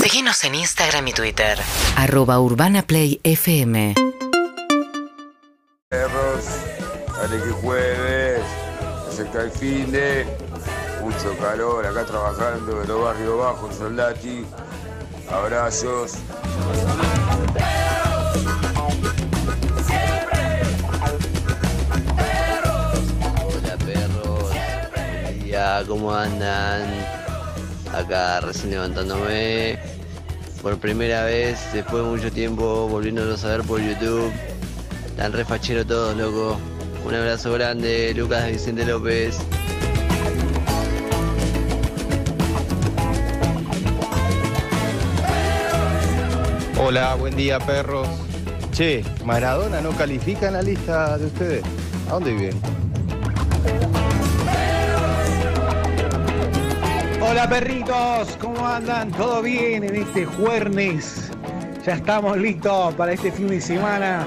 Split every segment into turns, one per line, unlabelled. Seguinos en Instagram y Twitter.
Arroba Urbana Play FM.
Perros, dale que jueves, acerca el fin de mucho calor acá trabajando en los barrios bajos, soldati. Abrazos.
Hola perros, buen día, ¿cómo andan? Acá recién levantándome. Por primera vez, después de mucho tiempo, volviéndonos a ver por YouTube. Tan refachero todos, loco. Un abrazo grande, Lucas de Vicente López.
Hola, buen día perros. Che, Maradona no califica en la lista de ustedes. ¿A dónde viven?
Hola perritos, ¿cómo andan? ¿Todo bien en este jueves? Ya estamos listos para este fin de semana.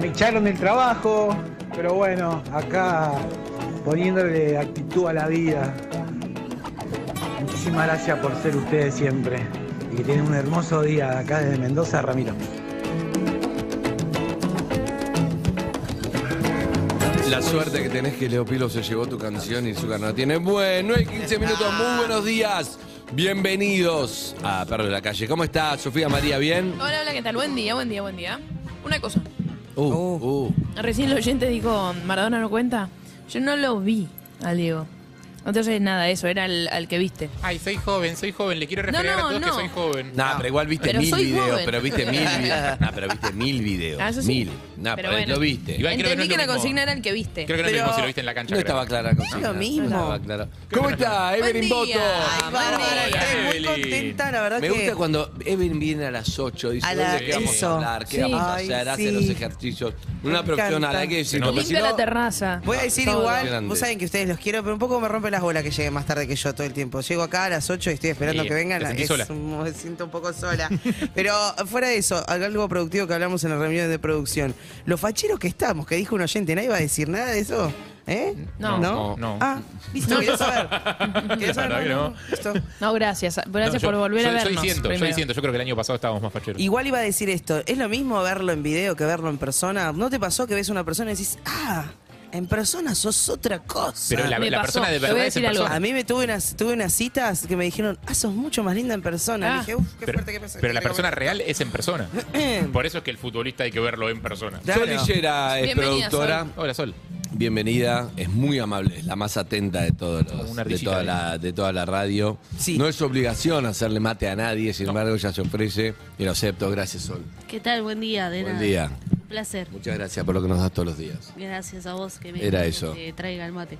Me echaron del trabajo, pero bueno, acá poniéndole actitud a la vida. Muchísimas gracias por ser ustedes siempre. Y que tienen un hermoso día acá desde Mendoza, Ramiro.
La suerte que tenés que Leo Pilo se llevó tu canción y Zucker no tiene. Bueno, hay 15 minutos, muy buenos días. Bienvenidos a Perro de la Calle. ¿Cómo estás, Sofía María? ¿Bien?
Hola, hola, ¿qué tal? Buen día, buen día, buen día. Una cosa.
Uh, uh.
Recién el oyente dijo, Maradona no cuenta. Yo no lo vi al Diego. No te sé nada de eso, era al, al que viste.
Ay, soy joven, soy joven. Le quiero
No,
refregar
no,
a todos
no.
que soy joven.
Nah, pero igual viste
Pero
mil
soy
videos,
joven.
pero viste mil videos. Nah, pero viste mil videos.
Ah, eso sí.
Mil. Nah, pero,
Pero bueno.
lo viste.
Igual creo que no
Entendí
es
que,
lo
la
mismo.
consigna era el que viste.
Creo que no es lo
Pero-
mismo si lo viste en la cancha.
No estaba clara la consigna.
lo mismo.
No estaba clara.
Creo
¿Cómo
que no es lo
está Evelyn
Buen
Boto?
día. Ay, buen
Bárbara,
día.
estoy muy
Evelyn.
contenta, la verdad
Me
que.
gusta cuando Evelyn viene a las 8 dice,
A la-
"Oye, ¿qué vamos
eso.
a hablar? ¿Qué
Sí.
vamos a
Ay,
hacer? Hace
sí.
los ejercicios. Una
Me
profesional,
encanta.
hay que
Se
decirlo.
nota.
porque si
Limpia la
no-
terraza.
Voy a decir
Todo.
igual,
Grande.
vos saben que ustedes los quiero, pero un poco me rompe las bolas que lleguen más tarde que yo todo el tiempo. Llego acá a las 8 y estoy esperando
Sí,
que vengan.
te sentís
es-
sola.
Me siento un poco sola. pero fuera de eso, algo productivo que hablamos en la reunión de producción. Los facheros que estamos, que dijo un oyente, ¿nadie va a decir nada de eso? ¿Eh?
No.
¿No?
No, no.
Ah, listo, quería saber. Quería saber.
La verdad que no.
Listo.
No, gracias.
No,
Gracias
yo-
por volver
yo-
a vernos.
Yo diciendo, yo
primero.
diciendo, yo creo que el año pasado estábamos más facheros.
Igual iba a decir esto, es lo mismo verlo en video que verlo en persona. ¿No te pasó que ves una persona y decís, ah, en persona sos otra cosa?
Pero la,
Ah, Me
la
pasó.
persona de
Te voy a
verdad es en
decir algo.
A
persona.
mí me tuve unas, tuve unas citas que me dijeron, ah, sos mucho más linda en persona.
Ah.
Y dije, uff, qué
Pero,
fuerte que pasa.
pero la persona real es en persona. Por eso es que el futbolista hay que verlo en persona.
Claro.
Sol Lillera es
Bienvenida,
productora.
Hola, Sol.
Bienvenida, es muy amable, es la más atenta de todos los-
Una
de
ardillita
toda
ahí.
la de toda la radio.
Sí.
No es obligación hacerle mate a nadie, sin
No.
embargo ella se ofrece y lo acepto. Gracias Sol.
¿Qué tal? Buen día, de
Buen
nada.
día.
Un placer.
Muchas gracias por lo que nos das todos los días.
Gracias a vos que me
Era
que
eso.
te traiga el mate.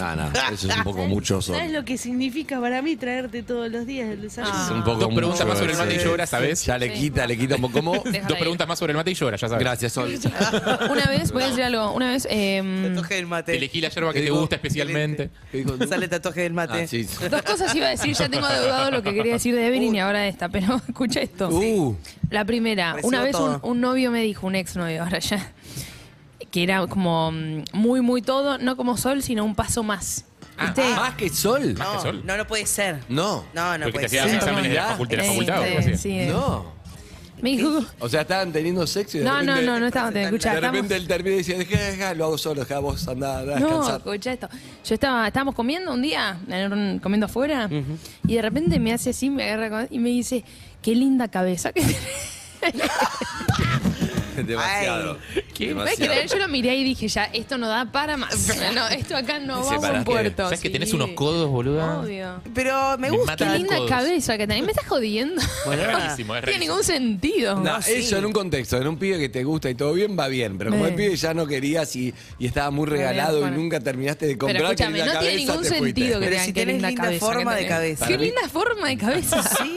Ah, no, eso es un poco mucho Sol.
¿Sabes lo que significa para mí traerte todos los días el desayuno?
Es un poco
Dos preguntas
mucho,
más sobre el mate y
sí.
llora, ¿sabés?
Ya le
Ah. Sí.
quita, le quita un poco. ¿Cómo?
Déjala
Dos
ir.
preguntas más sobre el mate y llora, ya sabes.
Gracias Sol. Ah,
Ah, Una vez, voy a decir algo. Una vez, eh,
Tatuaje del mate.
Elegí la yerba que
Te
te
digo,
gusta especialmente.
¿Qué dijo?
Sale el tatuaje del mate.
Ah, sí, sí.
dos cosas iba a decir. Ya tengo adeudado lo que quería decir de Evelyn y ahora esta. Pero escucha esto.
Uh,
La primera,
Recibo
una vez un,
todo.
un novio me dijo, un exnovio ahora ya, que era como mm, muy, muy todo, no como sol, sino un paso más.
Ah,
¿Viste?
¿Más que Sol?
Más que
No,
sol.
no, no puede ser.
No.
No, pues, no
Porque te
puede
hacían
ser.
exámenes de la facultad, de la
Eh,
facultad o algo
sí,
así.
sí, eh.
ah.
No.
Me dijo,
O sea, estaban teniendo sexo y de
no, no,
repente-
no, no estaba teniendo, escuchá,
De
estamos-
repente él termina y dice, dejá, dejá, lo hago solo, dejá vos andá, andá a
No,
descansar.
escucha esto. Yo estaba, estábamos comiendo un día, en un- comiendo afuera, y de repente me hace así, me agarra con- y me dice, qué linda cabeza que tenés".
Demasiado.
¿Puedes creer? Yo lo miré y dije, ya, esto no da para más. No, esto acá no va a
separaste.
un puerto.
¿Sabes que
sí.
tenés unos codos, boluda?
Obvio.
Pero me
Me
gusta.
mata.
Qué
Tal
linda
codos.
cabeza que tenés. Me estás jodiendo.
Es
Bueno,
rarísimo, es
no tiene
rarísimo.
ningún sentido.
No,
No, sí.
Eso en un contexto, en un pibe que te gusta y todo bien, va bien. Pero como
Eh.
el pibe ya no querías y, y estaba muy
Re bien,
regalado y
bueno.
nunca terminaste de
Pero
comprar, que
escúchame,
la
no tiene
cabeza
ningún
te fuiste.
sentido que
Pero
tengan
si
qué
tenés
linda
linda
cabeza que
forma de
tenés.
cabeza.
Qué
Para mí-
linda forma de cabeza.
Sí.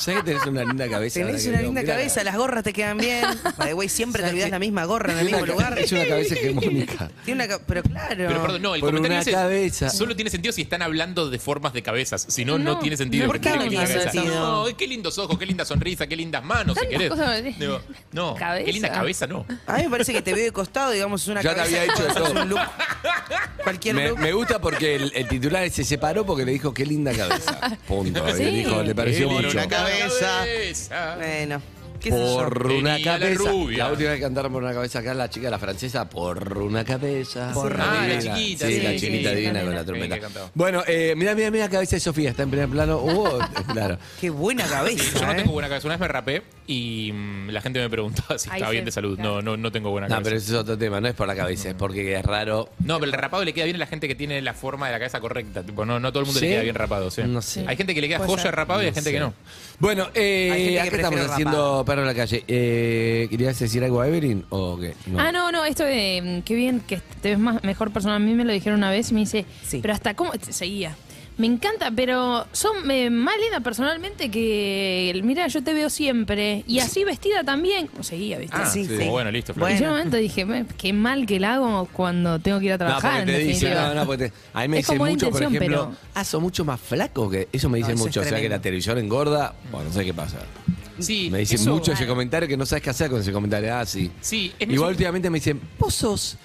¿Sabes que tenés una linda cabeza?
Tenés
ahora que
una
veo?
linda
Mirá.
cabeza, las gorras te quedan bien. By the way, voy siempre, te olvidás la misma gorra en el
Tiene
mismo
una ca-
lugar.
Es una cabeza hegemónica.
Tiene una ca- pero claro.
Pero perdón, no, el
Por
comentario
una
ese
cabeza.
solo tiene sentido si están hablando de formas de cabezas. Si no, no,
No,
tiene sentido.
no
porque tiene
tiene
que tener la
sentido.
cabeza. No, qué lindos ojos, qué linda sonrisa, qué lindas manos, si
Tantas
querés.
cosas-
Digo, no,
Cabeza.
qué linda cabeza, no.
A mí me parece que te veo de costado, digamos, es una
Ya te
cabeza
había hecho de
es
todo.
un look. Cualquier
Me,
look.
me gusta porque el, el titular se separó porque le dijo qué linda cabeza. Punto. Y le
Sí.
dijo, le pareció
Qué
mucho.
linda
Cabeza.
cabeza.
Bueno, qué sé yo.
Por una
Tenía la
cabeza.
rubia.
La última vez que andaron por una cabeza acá, la chica, la francesa, por una cabeza. Por
Ah, la chiquita,
Sí,
sí,
la
sí,
chiquita
sí,
divina
la
con
nena.
la trompeta.
Sí, que cantaba.
Bueno, eh, mirá, mirá, mirá, cabeza de Sofía, está en primer plano. Uh, claro.
Qué buena cabeza.
Yo no
¿eh?
tengo buena cabeza. Una vez me rapé y mm, la gente me preguntaba si
Ahí
estaba
se-
bien de salud. No, no, no tengo buena
No, pero
cabeza.
ese es otro tema, no es por la cabeza, es porque es raro.
No, pero el rapado le queda bien a la gente que tiene la forma de la cabeza correcta. Tipo, no, no todo el mundo
¿Sí?
le queda bien rapado. sí.
No sé.
Hay gente que le queda
Mm. Puede
joya
ser.
rapado y hay gente que
sé.
no.
Bueno,
Hay
eh,
gente que
acá estamos
prefiere
haciendo perro en la calle. Eh, ¿Querías decir algo a Evelyn o qué? No.
Ah, no, no, esto de mm, qué bien que te ves más, mejor persona. A mí me lo dijeron una vez y me dice,
Sí.
pero hasta cómo. Seguía. Me encanta, pero son eh, más linda personalmente que. Mira, yo te veo siempre. Y así vestida también. Seguía, ¿viste?
Ah,
sí,
sí.
sí.
Bueno, listo.
Y
Bueno.
Flor.
yo en un momento dije, "Me- qué mal que la hago cuando tengo que ir a
No,
trabajar.
porque
en
te dicen,
definitiva".
no, no, porque te- a mí me
Es
dicen
como una
mucho, por
intención,
ejemplo,
pero-
ah, son mucho más flaco que eso me dicen
eso es
mucho, o sea que
tremendo.
la televisión engorda, bueno, no sé qué pasa.
Sí,
Me dicen
eso- eh,
mucho ese comentario que no sabes qué hacer con ese comentario, ah, sí.
Sí, es
Igual últimamente me dicen, vos sos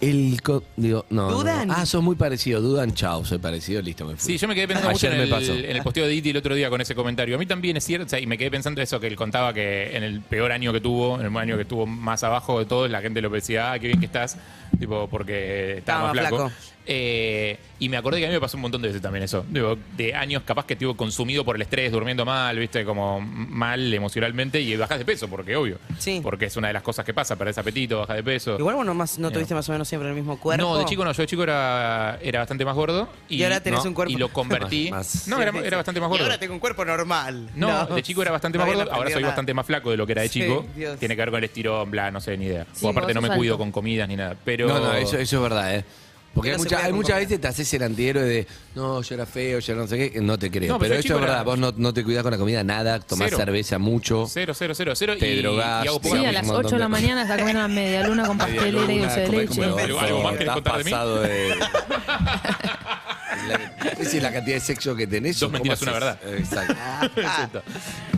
el... co-" Digo, no, no, no.
Dudan.
Ah, sos muy parecido, dudan, chao, soy parecido, listo, me fui.
Sí, yo me quedé pensando mucho
Ayer
en
me
el,
pasó.
en el posteo de Iti el otro día con ese comentario. A mí también es cierto, o sea, y me quedé pensando eso que él contaba que en el peor año que tuvo, en el año que tuvo más abajo de todo, la gente lo decía, ah, qué bien que estás, tipo, porque estaba más flaco. Eh, y me acordé que a mí me pasó un montón de veces también eso. Digo, de años capaz que estuve consumido por el estrés, durmiendo mal, viste, como mal emocionalmente y bajas de peso, porque obvio.
Sí.
Porque es una de las cosas que pasa, perdés apetito, bajas de peso.
Igual vos nomás no tuviste más o menos siempre el mismo cuerpo.
No, de chico no, yo de chico era, era bastante más gordo. Y,
Y ahora tenés
no,
un cuerpo-
Y lo convertí.
Más- más.
No, era, era bastante más
Y
gordo.
ahora tengo un cuerpo normal.
No, de chico era bastante más
No había
gordo, ahora
aprendido
soy
nada.
bastante más flaco de lo que era de
Sí,
chico.
Dios.
Tiene que ver con el estirón, bla, no sé, ni idea.
Sí,
o aparte
vos
no me
sos
cuido
alto.
con comidas ni nada. Pero
No, no, eso, eso es verdad, ¿eh? Porque hay,
Pero se
mucha-
puede
hay muchas
comprobar.
veces te haces el antihéroe de, no, yo era feo, yo no sé qué, no te creo.
No, pero yo
pero esto
chico
es verdad,
era-
vos no, no te cuidás con la comida nada, tomás
Cero.
cerveza mucho.
Cero, cero, cero, cero.
Te
y,
drogás,
y hago
te
poca-
Sí,
Bueno,
a
un
las
montón
8 de la
de-
mañana está comiendo una media luna con pastelera y dulce de
Comés
leche.
como
Algo-
loco,
algo más querés
estás
contar de mí.
pasado de- La- es la cantidad de sexo que tenés.
Dos
¿cómo
mentiras, una
haces? Exacto.
Exacto.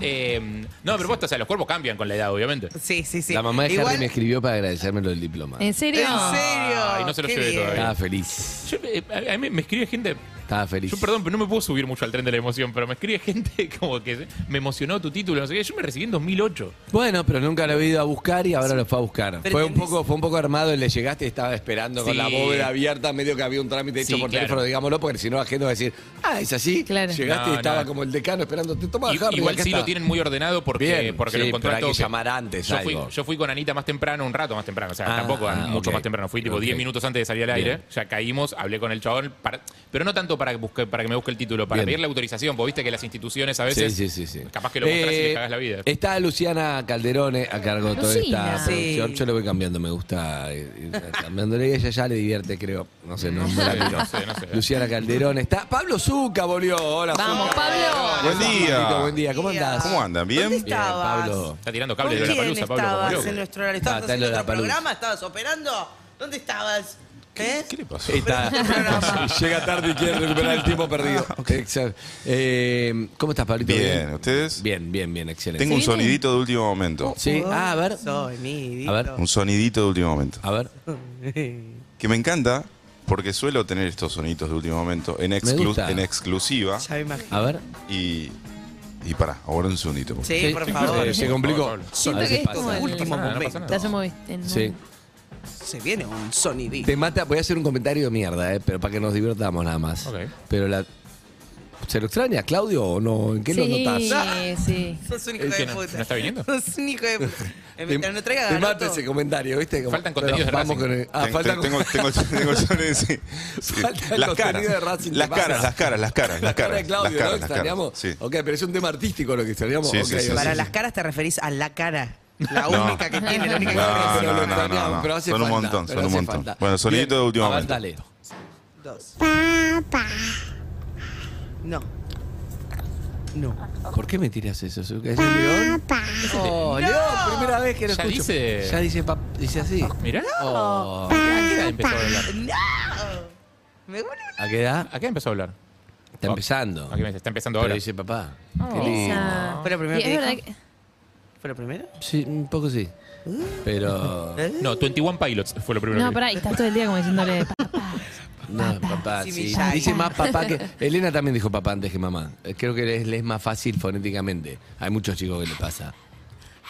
Eh, no, pero vos, o sea, los cuerpos cambian con la edad, obviamente.
Sí, sí, sí.
La mamá de
Igual-
Harry me escribió para agradecerme lo del diploma.
¿En serio?
Ah,
¿En serio?
Ay, Ah, no se lo
Qué
llevé
bien.
todavía.
Estaba feliz.
Yo, eh, a- a mí me escribe gente.
Estaba feliz.
Yo, perdón, pero no me puedo subir mucho al tren de la emoción, pero me escribe gente como que me emocionó tu título, no sé qué. Yo me recibí en 2008.
Bueno, pero nunca lo he ido a buscar y ahora lo fue a buscar.
Pero
Fue un
entendés-
poco, fue un poco armado, le llegaste y estaba esperando con
Sí.
la bóveda abierta, medio que había un trámite hecho
Sí,
por
claro.
teléfono, digámoslo, porque si no la gente va a decir, ah, es así.
Claro.
Llegaste
No,
y estaba
no.
como el decano esperándote, toma
I-
Harry,
Igual
acá
sí
está".
lo tienen muy ordenado porque,
Bien,
porque
sí,
lo
pero
encontré
hay que llamar antes
Yo fui,
algo.
yo fui con Anita más temprano, un rato más temprano. O sea,
Ah,
tampoco
ah,
mucho
ok.
más temprano. Fui tipo
Ok.
10 minutos antes de salir al aire.
Bien.
Ya caímos, hablé con el chabón. para- pero no tanto para que, busque- para que me busque el título, para
Bien.
pedirle autorización. Porque viste que las instituciones a
Sí,
veces.
sí, sí, sí.
Capaz que lo mostrás y
Eh,
le cagas la vida.
Está Luciana Calderone a cargo de toda
Lucina.
esta producción.
Sí.
Yo le voy cambiando, me gusta eh, ir cambiándole. Ella ya le divierte, creo. No sé, no, no la
sé,
miro.
no sé, no sé.
Luciana Calderone está. Pablo Zuca volvió. Hola,
Vamos,
Zucca.
Pablo.
Buen día.
Pablito, Buen día, ¿cómo andás?
¿Cómo andan? ¿Bien?
¿Dónde
Bien,
estabas?
Pablo.
Está tirando
¿Con
cables de
quién
la palusa, Pablo. como
estabas
loco.
en nuestro horario? ¿Estabas
Ah, está en
haciendo otro
Lollapalooza.
programa? ¿Estabas operando? ¿Dónde estabas? ¿Eh?
¿Qué le pasó?
Está- llega tarde y quiere recuperar el tiempo perdido. Exacto. Eh, ¿Cómo estás, Pablito?
Bien, ¿ustedes?
Bien, bien, bien, excelente.
Tengo un sonidito de último momento.
Sí, ah, a ver.
Soy mi
A ver.
Un sonidito de último momento.
A ver,
Que me encanta porque suelo tener estos sonitos de último momento en, exclu-
gusta.
en exclusiva.
Ya me imagino.
a ver.
Y. Y pará, ahora un segundito. por favor.
Sí, por favor.
Eh, se complicó.
Pablo.
A
Siento
veces
que es
pasa.
como el
Último
nada, no pasa
momento.
Te hacemos viste, en-
Sí.
Se viene un sonidito.
Te mata, voy a hacer un comentario de mierda, eh, pero para que nos divertamos nada más.
Ok.
Pero la. ¿Se lo extraña, Claudio, o no? ¿En qué lo
Sí,
notas?
sí.
Sos un hijo
¿Qué,
de
no-
puta.
no está viniendo?
Sos un hijo de puta. Eh,
Te,
Mientras no traiga
te
Garoto.
mata ese comentario, ¿viste? Como-
Faltan contenidos de
Pero vamos
Racing.
con el- ah,
Ten- ten-
faltan-
tengo, tengo, tengo el sonido, sí. Sí.
Falta el
Las
contenido
caras.
de Racing, te
Las caras,
pasa.
las caras, las caras,
La
las
cara de
caras.
Claudio,
Las
¿no?
caras, las
¿Extrañamos?
caras. Sí.
Ok, pero es un tema artístico lo que extrañamos.
Sí, sí,
Ok,
sí,
ok.
sí,
Para
sí.
las caras te referís a la cara. La
No.
única que tiene, la única que
Ah, No,
tiene.
no, no, no, no, no.
Pero hace
Son un
falta,
montón,
pero
son un
hace
montón.
falta.
Bueno, sonidito
Bien,
de último momento.
aguantale.
Dos. No. No.
¿Por qué me tiras eso? ¿Es un es un león?
Oh,
No.
Leo, primera vez que lo
Ya
escucho.
dice- Ya dice pap- dice así.
Mirá.
Oh,
¿A qué edad empezó a hablar?
Me vuelve
¿A qué edad?
¿A qué empezó a hablar?
Está empezando.
¿A qué me está empezando
Pero
ahora?
dice papá.
Oh.
Qué lindo.
Esa-
¿Fue la primera
Y
que
es
dijo?
verdad que-
¿Fue la primera?
Sí, un poco sí. Pero.
No, 21 Pilots fue lo primero
No,
que
pará, y estás todo el día como diciéndole papá.
No, papá, sí.
Miyagi.
Dice más papá que. Elena también dijo papá antes que mamá. Eh, Creo que les, les es más fácil fonéticamente. Hay muchos chicos que le pasa.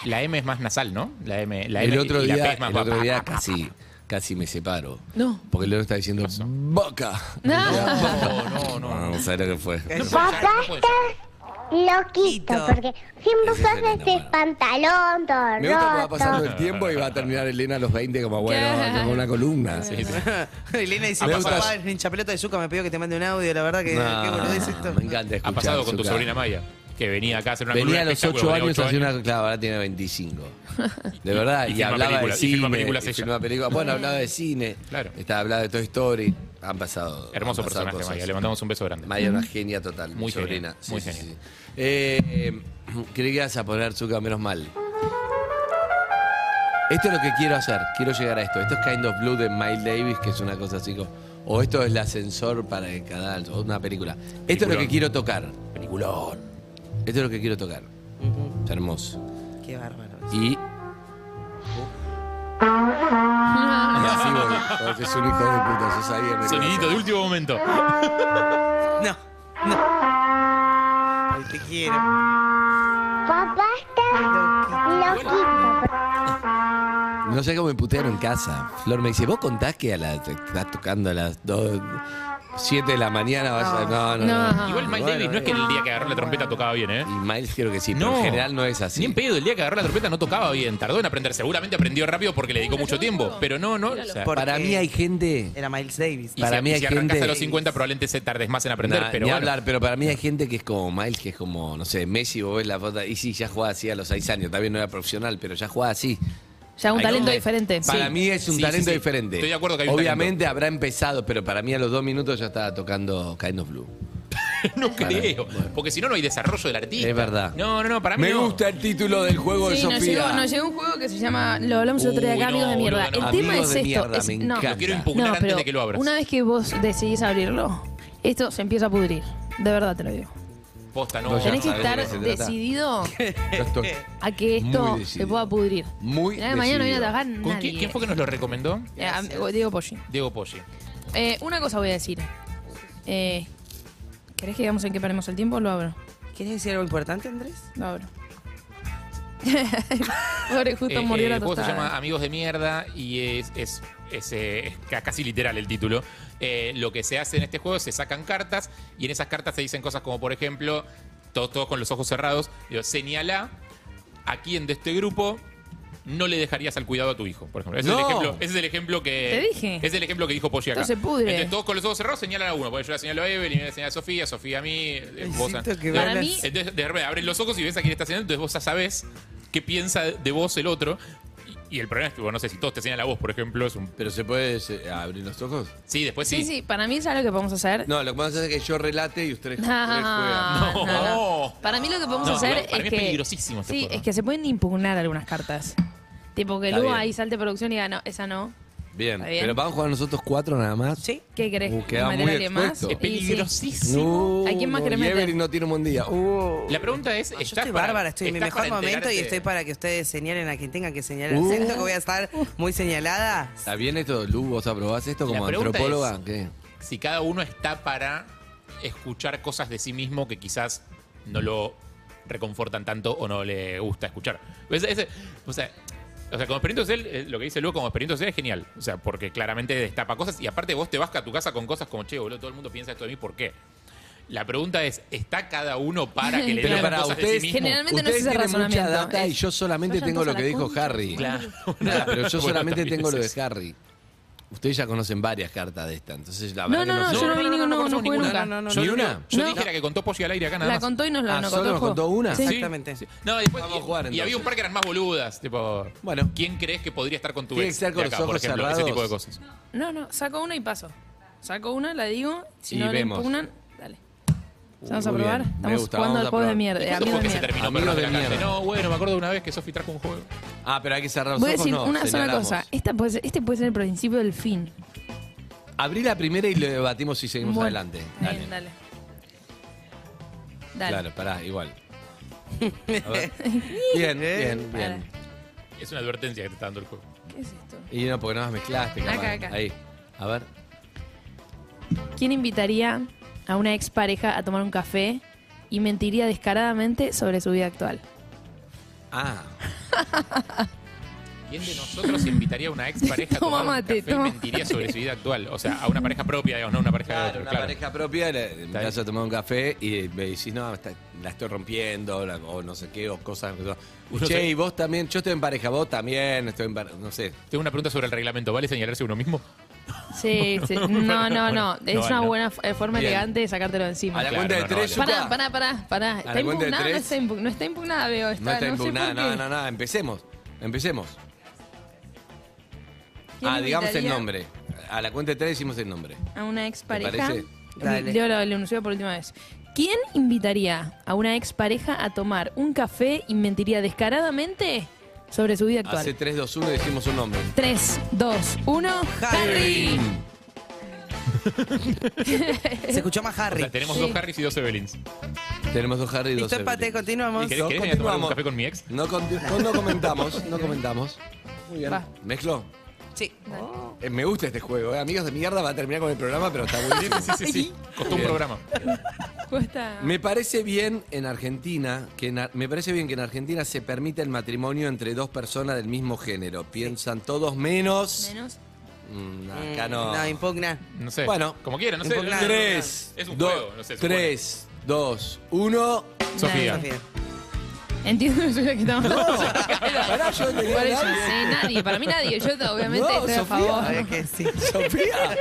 La M es más nasal, ¿no? La M, la
el
M
otro
y la P
día,
es más
el otro
pa-
día
pa- pa-
casi, casi me separo.
No.
Porque León está diciendo boca.
No.
No, no, no.
No, no sabes lo que fue.
Eso,
Loquito, porque siempre
Ese es el
usas este
enamorado.
pantalón todo
Me gusta que va pasando
roto.
el tiempo y va a terminar Elena a los 20 como, bueno, como una columna.
Elena dice,
Me
papá,
gusta-
el hincha pelota de Zucca me pidió que te mande un audio, la verdad que
No,
qué boludez esto.
me encanta
Ha
escuchar.
pasado con tu
Zucca.
sobrina Maya, que venía acá a hacer una
Venía a
columna de
los 8
espectáculo,
años,
tenía ocho
hacía una. Claro, ahora tiene 25. De verdad,
Y
y,
filma
hablaba
películas, y
de cine.
filma películas
y
ella.
filma películas. Bueno, hablaba de cine.
Claro.
Estaba hablando de Toy Story. Han pasado.
Hermoso
han pasado
personaje,
cosas.
Maya. Le mandamos un beso grande.
Maya es una genia total. mi
Muy genia,
sobrina. Sí,
muy
sí,
genia.
sí. Eh, eh, creí que ibas a poner Zucca menos mal. Esto es lo que quiero hacer. Quiero llegar a esto. Esto es Kind of Blue de Miles Davis, que es una cosa así como. O esto es el ascensor para el canal, o una película. Esto es lo
Peliculón.
que quiero tocar. Peliculón. Esto es lo que quiero tocar. Es hermoso.
Qué bárbaro.
Y. Y así vos, vos sos un hijo de puta, sos ahí en el-
Sonidito de último momento.
No, no. Ay, te quiero.
Papá está loquito.
No sé cómo me putearon en casa. Flor me dice, ¿vos contás que a la, te estás tocando a las 2, 7 de la mañana? Vas a, no, no, no,
No.
Igual Miles
Bueno,
Davis no es que el día que agarró la trompeta tocaba bien, ¿eh?
Y Miles creo que sí,
No.
pero en general no es así.
Ni en pedo, el día que agarró la trompeta no tocaba bien, tardó en aprender. Seguramente aprendió rápido porque le dedicó mucho tiempo, pero no, no. o sea,
Porque
Para mí hay gente...
Era Miles Davis.
y
para
si,
mí
y
hay
si arrancas
gente-
a los 50 probablemente se tardes más en aprender,
Nah,
pero
ni
bueno.
hablar, pero para mí hay gente que es como Miles, que es como, no sé, Messi, vos ves la foto, y sí, ya jugaba así a los 6 años, también no era profesional, pero ya jugaba así.
Ya un
Hay
talento
donde-
diferente.
Para
Sí.
mí es un
Sí, sí,
talento
sí.
diferente.
Estoy de acuerdo que hay un
Obviamente habrá empezado, pero para mí a los dos minutos ya estaba tocando Kind of Blue.
No creo, porque si no, no hay desarrollo del artista.
Es verdad.
No, no, no, para mí
Me
no.
gusta el título del juego de
Sí, nos
Sofía.
llegó, nos llegó un juego que se llama, lo hablamos el otro día
Uy,
acá,
no,
Amigos de Mierda.
boludo, no.
el tema
Amigos
es
de
esto.
mierda,
es-
me
no,
encanta.
Lo quiero impugnar
No,
antes
pero
de que lo abras.
Una vez que vos decidís abrirlo, esto se empieza a pudrir. De verdad te lo digo.
Posta, no.
No, ya
Tenés que
sabés de qué
estar
se trata.
decidido
Yo estoy
a que esto
Muy decidido.
se pueda pudrir.
muy
Ya de mañana no viene
decidido.
a trabajar
¿Con
nadie.
quién, quién fue que nos lo recomendó?
Eh, am- Diego Poggi.
Diego Poggi.
Eh, una cosa voy a decir. Eh, ¿Querés que digamos en qué paremos el tiempo? Lo abro.
¿Quieres decir algo importante, Andrés?
Lo abro. Pobre, justo
Eh,
murió
eh,
la
el juego se
tostada.
llama Amigos de Mierda y es, es, es, eh, es ca- casi literal el título. Eh, lo que se hace en este juego es se sacan cartas y en esas cartas se dicen cosas como, por ejemplo, todos, todos con los ojos cerrados, digo, señala a quién de este grupo no le dejarías al cuidado a tu hijo, por ejemplo. Ese, es,
No.
el ejemplo, ese es el ejemplo que...
Te dije.
ese es el ejemplo que dijo Poggi acá.
Esto se pudre.
Entonces, todos con los ojos cerrados señalan a uno. Porque yo la señalo a Evelyn, la señalo a Sofía, Sofía a mí, eh, vos a-
Siento que
Digo,
Para
van a-
mí-
entonces, de repente abres los ojos y ves a quién está señalando, entonces vos ya sabés qué piensa de vos el otro. Y, y el problema es que, bueno, no sé si todos te señalan a vos, por ejemplo, es un.
Pero se puede eh, abrir los ojos.
Sí, después sí.
Sí, sí, para mí es algo que podemos hacer.
No, lo que vamos a hacer es que yo relate y ustedes, ustedes
No,
juegan.
No.
no, no. Para mí lo que podemos
No,
hacer
igual, para
es,
mí es
que,
peligrosísimo este
Sí,
juego.
es que se pueden impugnar algunas cartas. Tipo que
Está
luego
bien.
ahí salte producción y diga, no, esa no.
Bien.
Está bien.
pero vamos a jugar nosotros cuatro nada más.
Sí.
¿Qué querés?
Uh, queda
¿Meter
muy
a alguien más?
expuesto.
Y
Es
sí.
peligrosísimo.
¿A quién más
Uh,
querés
y
meter?
Evelyn no tiene un buen día. Uh.
La pregunta es:
No,
¿estás
yo estoy
para-
bárbara, estoy en mi
estás
mejor
para
momento y
enterarte?
estoy para que ustedes señalen a quien tengan que señalar.
Uh.
Siento que voy a estar muy señalada.
¿Está bien esto, Lu? ¿Vos aprobás esto
La
como
pregunta
antropóloga?
es-
¿Qué?
Si cada uno está para escuchar cosas de sí mismo que quizás no lo reconfortan tanto o no le gusta escuchar. Ese- ese- o sea. O sea, como experimento social, eh, lo que dice luego como experimento social es genial. O sea, porque claramente destapa cosas y aparte vos te vas a tu casa con cosas como, che, boludo, todo el mundo piensa esto de mí, ¿por qué? La pregunta es, ¿está cada uno para que le
Pero
digan
para
cosas de
ustedes-
sí mismo?
Generalmente no es
Ustedes
ese
tienen mucha
razonamiento.
data y
es-
yo solamente
vayan
tengo
todos
lo
a
que
la
dijo
concha.
Harry.
Claro.
Nada, pero yo
Bueno,
solamente
también
tengo
es
lo de
eso.
Harry. Ustedes ya conocen varias cartas de esta, entonces la
No,
verdad
no,
que
no,
sé.
yo no vi ninguno, no,
conocemos
jugué
ninguna.
nunca.
No, no, no,
Yo,
Ni
dije-
una.
Yo
No.
dije la que contó Possi al aire acá nada
La
más.
contó y nos la
Ah,
nos
solo
contó el
nos
juego.
contó una.
Sí.
Exactamente.
Sí. No, y después.
Vamos a
y,
jugar,
y había
entonces.
un par que eran más boludas. Tipo,
Bueno.
¿quién crees que podría estar con tu
Tiene
ex?
que estar con
de acá,
los
por
ojos
ejemplo,
cerrados.
ese tipo de cosas.
No, no, saco una y paso. Saco una, la digo. Si
Y
no le
vemos. Uh,
impugnan, dale. Vamos a
Muy bien,
probar.
me
Estamos
gusta,
jugando
vamos
al
a
juego de
probar.
mierda. eh,
Esto
amigos
porque
de
se
mierda.
terminó
Amigos
perros de
de
la calle.
mierda. No, bueno, me acuerdo de una vez que Sofi trajo un juego.
Ah, pero hay que cerrar los
Voy a
ojos,
decir
no,
una sola
señalamos.
cosa. Esta puede ser- este puede ser el principio del fin.
Abrí la primera y lo debatimos y seguimos
Bueno,
adelante. Dale.
Bien, dale. Dale.
Claro, pará, igual. A ver. Bien, bien, bien.
Es una advertencia que te está dando el juego.
¿Qué es esto?
Y no, porque nada más mezclaste.
Acá,
capaz.
acá.
Ahí. A ver.
¿Quién invitaría a una expareja a tomar un café y mentiría descaradamente sobre su vida actual?
Ah.
¿Quién de nosotros invitaría a una ex pareja a
Toma
tomar un
mate,
café y
toma
mentiría sobre su vida actual? O sea, a una pareja propia, digamos, no a una pareja de
Claro,
otro.
una
claro.
pareja propia, le- me vas a tomar un café y me decís, no, está- la estoy rompiendo, la- o no sé qué, o cosas.
Uno
che,
se-
y vos también, yo estoy en pareja, vos también, estoy en pareja, no sé.
Tengo una pregunta sobre el reglamento. ¿Vale señalarse uno mismo?
Sí, sí. No, no, no.
Bueno,
Es
no,
una
no.
buena f- eh, forma
Bien.
elegante de sacártelo de encima.
A la cuenta de tres,
Pará,
Zucca.
pará, pará, pará.
la cuenta
¿Está
de
impugnada? No
tres.
está, impug- no está impugnada, veo. Está,
No está
sé por
impugnada, no,
qué.
no, no, empecemos. Empecemos.
¿Quién
Ah, digamos el
invitaría
nombre. A la cuenta de tres decimos el nombre.
A una expareja.
parece?
Dale. Leo lo, lo anunció por última vez. ¿Quién invitaría a una expareja a tomar un café y mentiría descaradamente sobre su vida actual?
Hace 3, 2, 1 y decimos un nombre.
3, 2, 1. ¡Harry!
Se escuchó más Harry.
O sea, tenemos
Sí.
dos Harrys y dos Evelyns.
Tenemos dos Harry y dos
Listo, empate,
Evelyn.
continuamos.
¿Y querés, querés venir a tomar un café con mi ex?
No, conti- no, no comentamos, no comentamos. Muy bien.
Va.
¿Mezclo?
Sí.
Eh, me gusta este juego, eh. amigos de mierda, va a terminar con el programa, pero está buenísimo.
Sí, sí, sí, sí. Costó un
Bien.
programa.
Cuesta.
Me parece bien en Argentina que en Ar- me parece bien que en Argentina se permita el matrimonio entre dos personas del mismo género. Piensan todos menos.
Menos.
Mm,
Mm,
acá no.
No, impugna.
No sé.
Bueno,
Como quieran, no sé.
Impugnar.
Tres,
Es un
dos,
juego, no sé, es un
tres, dos, uno.
Sofía.
Sofía.
Entiendo que soy la que está más.
Pará, yo no tenía
Por eso,
nadie.
sí, nadie. Para mí nadie. Yo obviamente
No,
estoy a
Sofía.
favor.
Sabés que sí.
Sofía.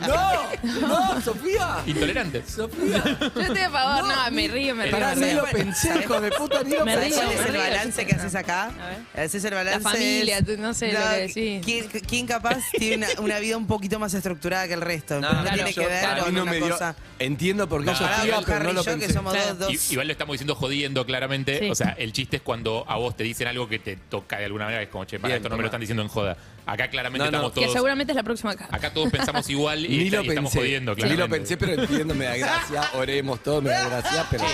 No, no, Sofía.
Intolerante.
Sofía.
Yo estoy a favor. No, me río, me río.
Pará,
me
ni
río.
lo pensé, hijo de puta, ni lo
Me
¿Sabés
río,
cuál es
me
pensé.
el
río,
balance
sí,
que
sí,
haces
no.
acá?
A ver.
Haces el balance.
La familia,
es-
tú- no sé lo que decís.
¿quién, quién capaz tiene una, una vida un poquito más estructurada que el resto? No,
claro,
tiene que
yo-
ver
a mí
con
no
una
me dio-
cosa.
Entiendo por qué
Comparado
Sofía,
con
pero
Harry
no
y
lo
yo, que
pensé.
somos dos, dos.
I- Igual lo estamos diciendo jodiendo claramente.
Sí.
O sea, el chiste es cuando a vos te dicen algo que te toca de alguna manera. Es como, che, para
Bien,
esto no me
toma.
lo están diciendo en joda. Acá claramente
No, no.
estamos
Que
todos.
seguramente es la próxima carta.
Acá todos pensamos igual y,
Ni
está-
lo
y estamos
pensé.
jodiendo,
Ni
claramente.
lo pensé, pero entiendo, me da gracia. Oremos todo, me da gracia, pero.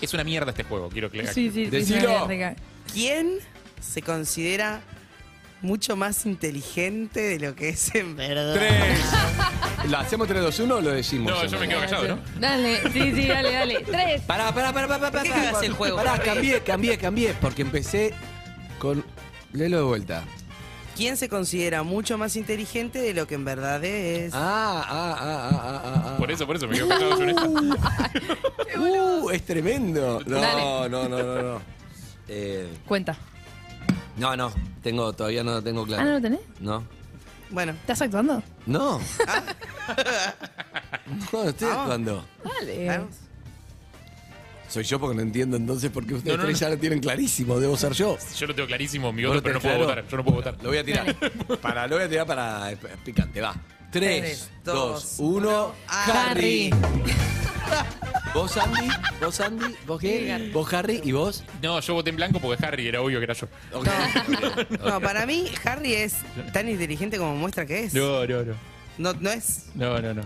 Es una mierda este juego, quiero que
Sí, sí, sí.
Decilo.
me reca-
¿Quién se considera mucho más inteligente de lo que es en verdad?
Tres. ¿La hacemos 3, 2, 1 o lo decimos?
No, yo me quedo
Ah,
callado, ¿no?
Dale, sí, sí, dale, dale. Tres.
Pará, pará, pará, pará, pará.
qué
pará.
cagás el juego,
Pará,
Harry?
cambié, cambié, cambié. Porque empecé con. Léelo de vuelta.
¿Quién se considera mucho más inteligente de lo que en verdad es?
Ah, ah, ah, ah, ah, ah.
Por eso, por eso me quedo callado yo en esta.
Uh, es tremendo. No,
Dale.
no, no, no, no. Eh,
Cuenta.
no, no. Tengo, todavía no lo tengo claro.
Ah, ¿no lo tenés?
No.
Bueno,
¿Estás actuando?
No.
Ah.
No, estoy actuando.
Dale.
vamos.
Soy yo porque no entiendo entonces porque ustedes
No, no,
tres ya lo tienen clarísimo, debo ser yo.
Yo lo tengo clarísimo, mi
Vos
voto,
lo
pero no
tenés
puedo
claro.
votar. Yo no puedo votar.
Lo voy a tirar. Para, lo voy a tirar para es picante, va. Tres,
Tres,
dos,
dos,
uno, Harry.
Harry.
Vos Andy, vos Andy, vos
Sí,
qué,
Harry.
vos Harry y vos.
No, yo voté en blanco porque Harry era obvio que era yo.
Ok, ok, ok.
No, para mí Harry es tan inteligente como muestra que es. No,
No, no, no.
no es.
No, no, no.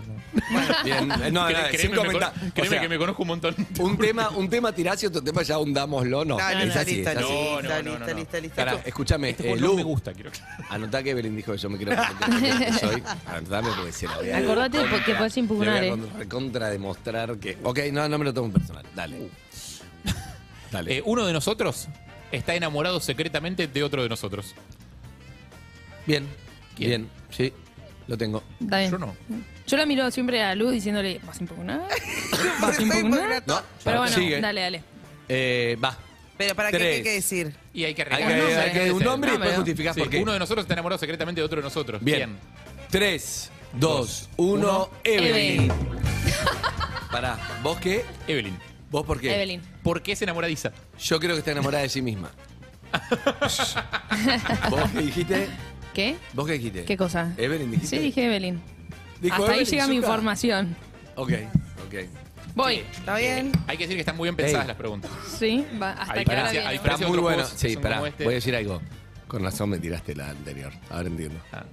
Bien, no, no,
Cre-
sin
créeme, me
comentar.
cono-
O
créeme
sea,
que me conozco un montón.
un tema, un tema tirás y otro tema ya ahondámoslo, no.
Ah,
es
listo,
así,
listo,
es así.
listo. No,
lista,
no, no,
lista,
no.
lista, lista.
Pará, escúchame, eh,
este no
Lu,
me gusta, quiero que.
anotá que Belén dijo que yo me quiero contar que soy. Anotame porque se la voy a-
Acordate de por qué podés impugnar,
Te
eh.
voy a contra demostrar que. Ok, no, no me lo tomo personal. Dale. Dale.
Uh. Eh, uno de nosotros está enamorado secretamente de otro de nosotros.
bien.
¿quién?
Bien. Sí. Lo tengo.
Está bien.
Yo no.
Yo la miro siempre a Luz diciéndole, ¿vas a impugnar? ¿Vas a impugnar?
No,
Pero bueno,
sigue.
dale, dale.
Eh, va.
Pero para qué, qué hay
Tres.
que decir.
Y hay que
Hay
arreglar.
que,
No,
hay
no,
que
no,
un
no,
nombre y
no,
después
no.
justificás
Sí,
por qué.
Uno de nosotros está enamorado secretamente de otro de nosotros.
Bien. Tres, dos, uno,
Uno.
Evelyn. Pará. ¿Vos qué?
¿Quién? Evelyn.
¿Vos por qué?
Evelyn.
¿Por qué es enamoradiza?
Yo creo que está enamorada de sí misma. ¿Vos qué dijiste?
¿Qué?
¿Vos qué dijiste?
¿Qué cosa?
Evelyn, dijiste.
Sí, dije Evelyn.
Dijo
Hasta ahí
Evelyn,
llega mi
Zucca.
información.
Ok, ok.
Voy.
¿Está bien?
Hay que decir que están muy bien
Eh.
pensadas las preguntas.
Sí, va, hasta
Ahí
que
pará,
ahora
sí,
viene.
ahí
Está
Parece
muy
otros
bueno.
juegos que
Sí,
son
pará,
como este.
voy a decir algo. Con razón me tiraste la anterior. Ahora entiendo.
Ah.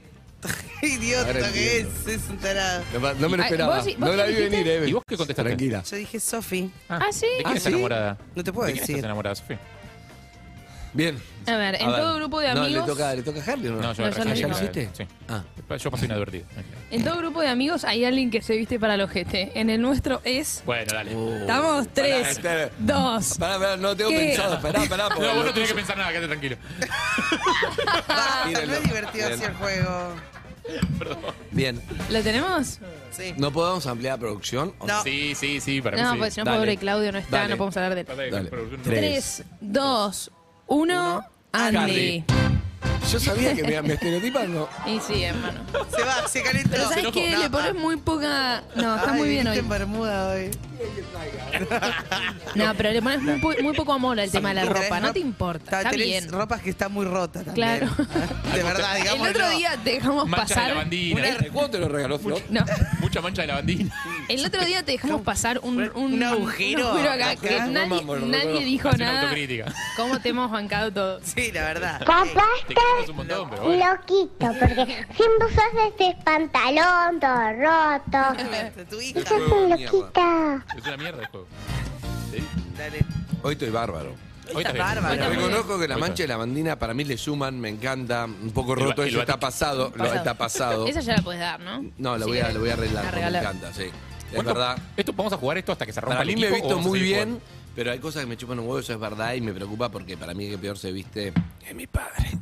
Ahora
Idiota que
entiendo.
es, es un tarado.
No, pa- no me lo
Ay,
esperaba.
vos- vos
no la vi
dijiste-
venir, Eve.
¿Y vos qué contestaste?
Tranquila.
Yo dije Sofi.
Ah, sí.
¿De quién
¿Ah,
estás
sí?
enamorada?
No te puedo
¿De quién
decir.
estás enamorada, Sofía?
Bien.
A ver, en todo grupo de
No,
amigos.
le toca, le toca a Harley, ¿o ¿no?
No, yo
No, ya
recién
lo
dije
¿Ya lo
la-
hiciste?
Sí.
Ah.
Yo pasé inadvertido.
En todo grupo de amigos hay alguien que se viste para el ojete. En el nuestro es.
Bueno, dale.
Estamos
Pará,
tres,
este-
dos.
Pará, pará, no tengo
¿Qué?
pensado. Esperá, esperá.
No, vos no tenés que pensar nada, quédate tranquilo.
Ah, no
Mírenlo.
es divertido
Bien.
así el juego.
Bien.
¿Lo tenemos?
Sí.
¿No podemos ampliar producción?
No.
Sí, sí, sí, para mí
No,
sí.
pues si no,
Dale.
pobre Claudio no está,
Dale.
no podemos hablar de él.
Dale.
Tres, dos, uno. Andy.
Yo sabía que me, me estereotipan, no.
Y sí, hermano.
Se va, se calentó.
Pero ¿sabes qué? Le pones muy poca. No, está
Ay,
muy bien
viniste
hoy.
en Bermuda hoy.
No, pero le pones muy, po- muy poco amor al tema de la
Tenés
ropa. No
ropa-
te importa. Está
tenés
bien.
ropas que está muy rota también.
Claro.
De verdad,
El
digamos.
otro día te dejamos
Mancha de
pasar.
lavandina. ¿viste?
¿Cuándo te lo regaló Flor?
No.
Mucha mancha de lavandina.
El otro día te dejamos pasar un, un,
un agujero
acá
acá.
que
No,
nadie,
mamá, lo
nadie
reconozco.
dijo
Hacen
nada.
autocrítica.
¿Cómo te hemos bancado todo?
Sí, la verdad.
Papá
Te
estás
queremos un montón, pero bueno.
loquito, porque siempre usas este pantalón todo roto.
Tu hija.
Y sos un loquita.
Es una mierda el juego.
Dale.
Hoy estoy bárbaro.
Hoy
Estás
estás bien.
bárbaro.
Hoy estás bien.
Reconozco que la
Hoy
mancha y
estás
la bandina para mí le suman, me encanta. Un poco
El
roto,
ba-
eso
el
está
batido.
pasado. lo- está pasado.
Esa ya la puedes dar, ¿no?
No, la
Sí,
voy a, la voy a arreglar.
a
porque
regalar.
Me encanta, sí. Es
¿Cuánto-
verdad.
Esto, vamos a jugar esto hasta que se rompa
Para
el
mí
equipo.
me he
o
visto
vamos a
muy
seguir
bien,
jugando?
pero hay cosas que me chupan un huevo, eso es verdad, y me preocupa porque para mí el que peor se viste es mi padre.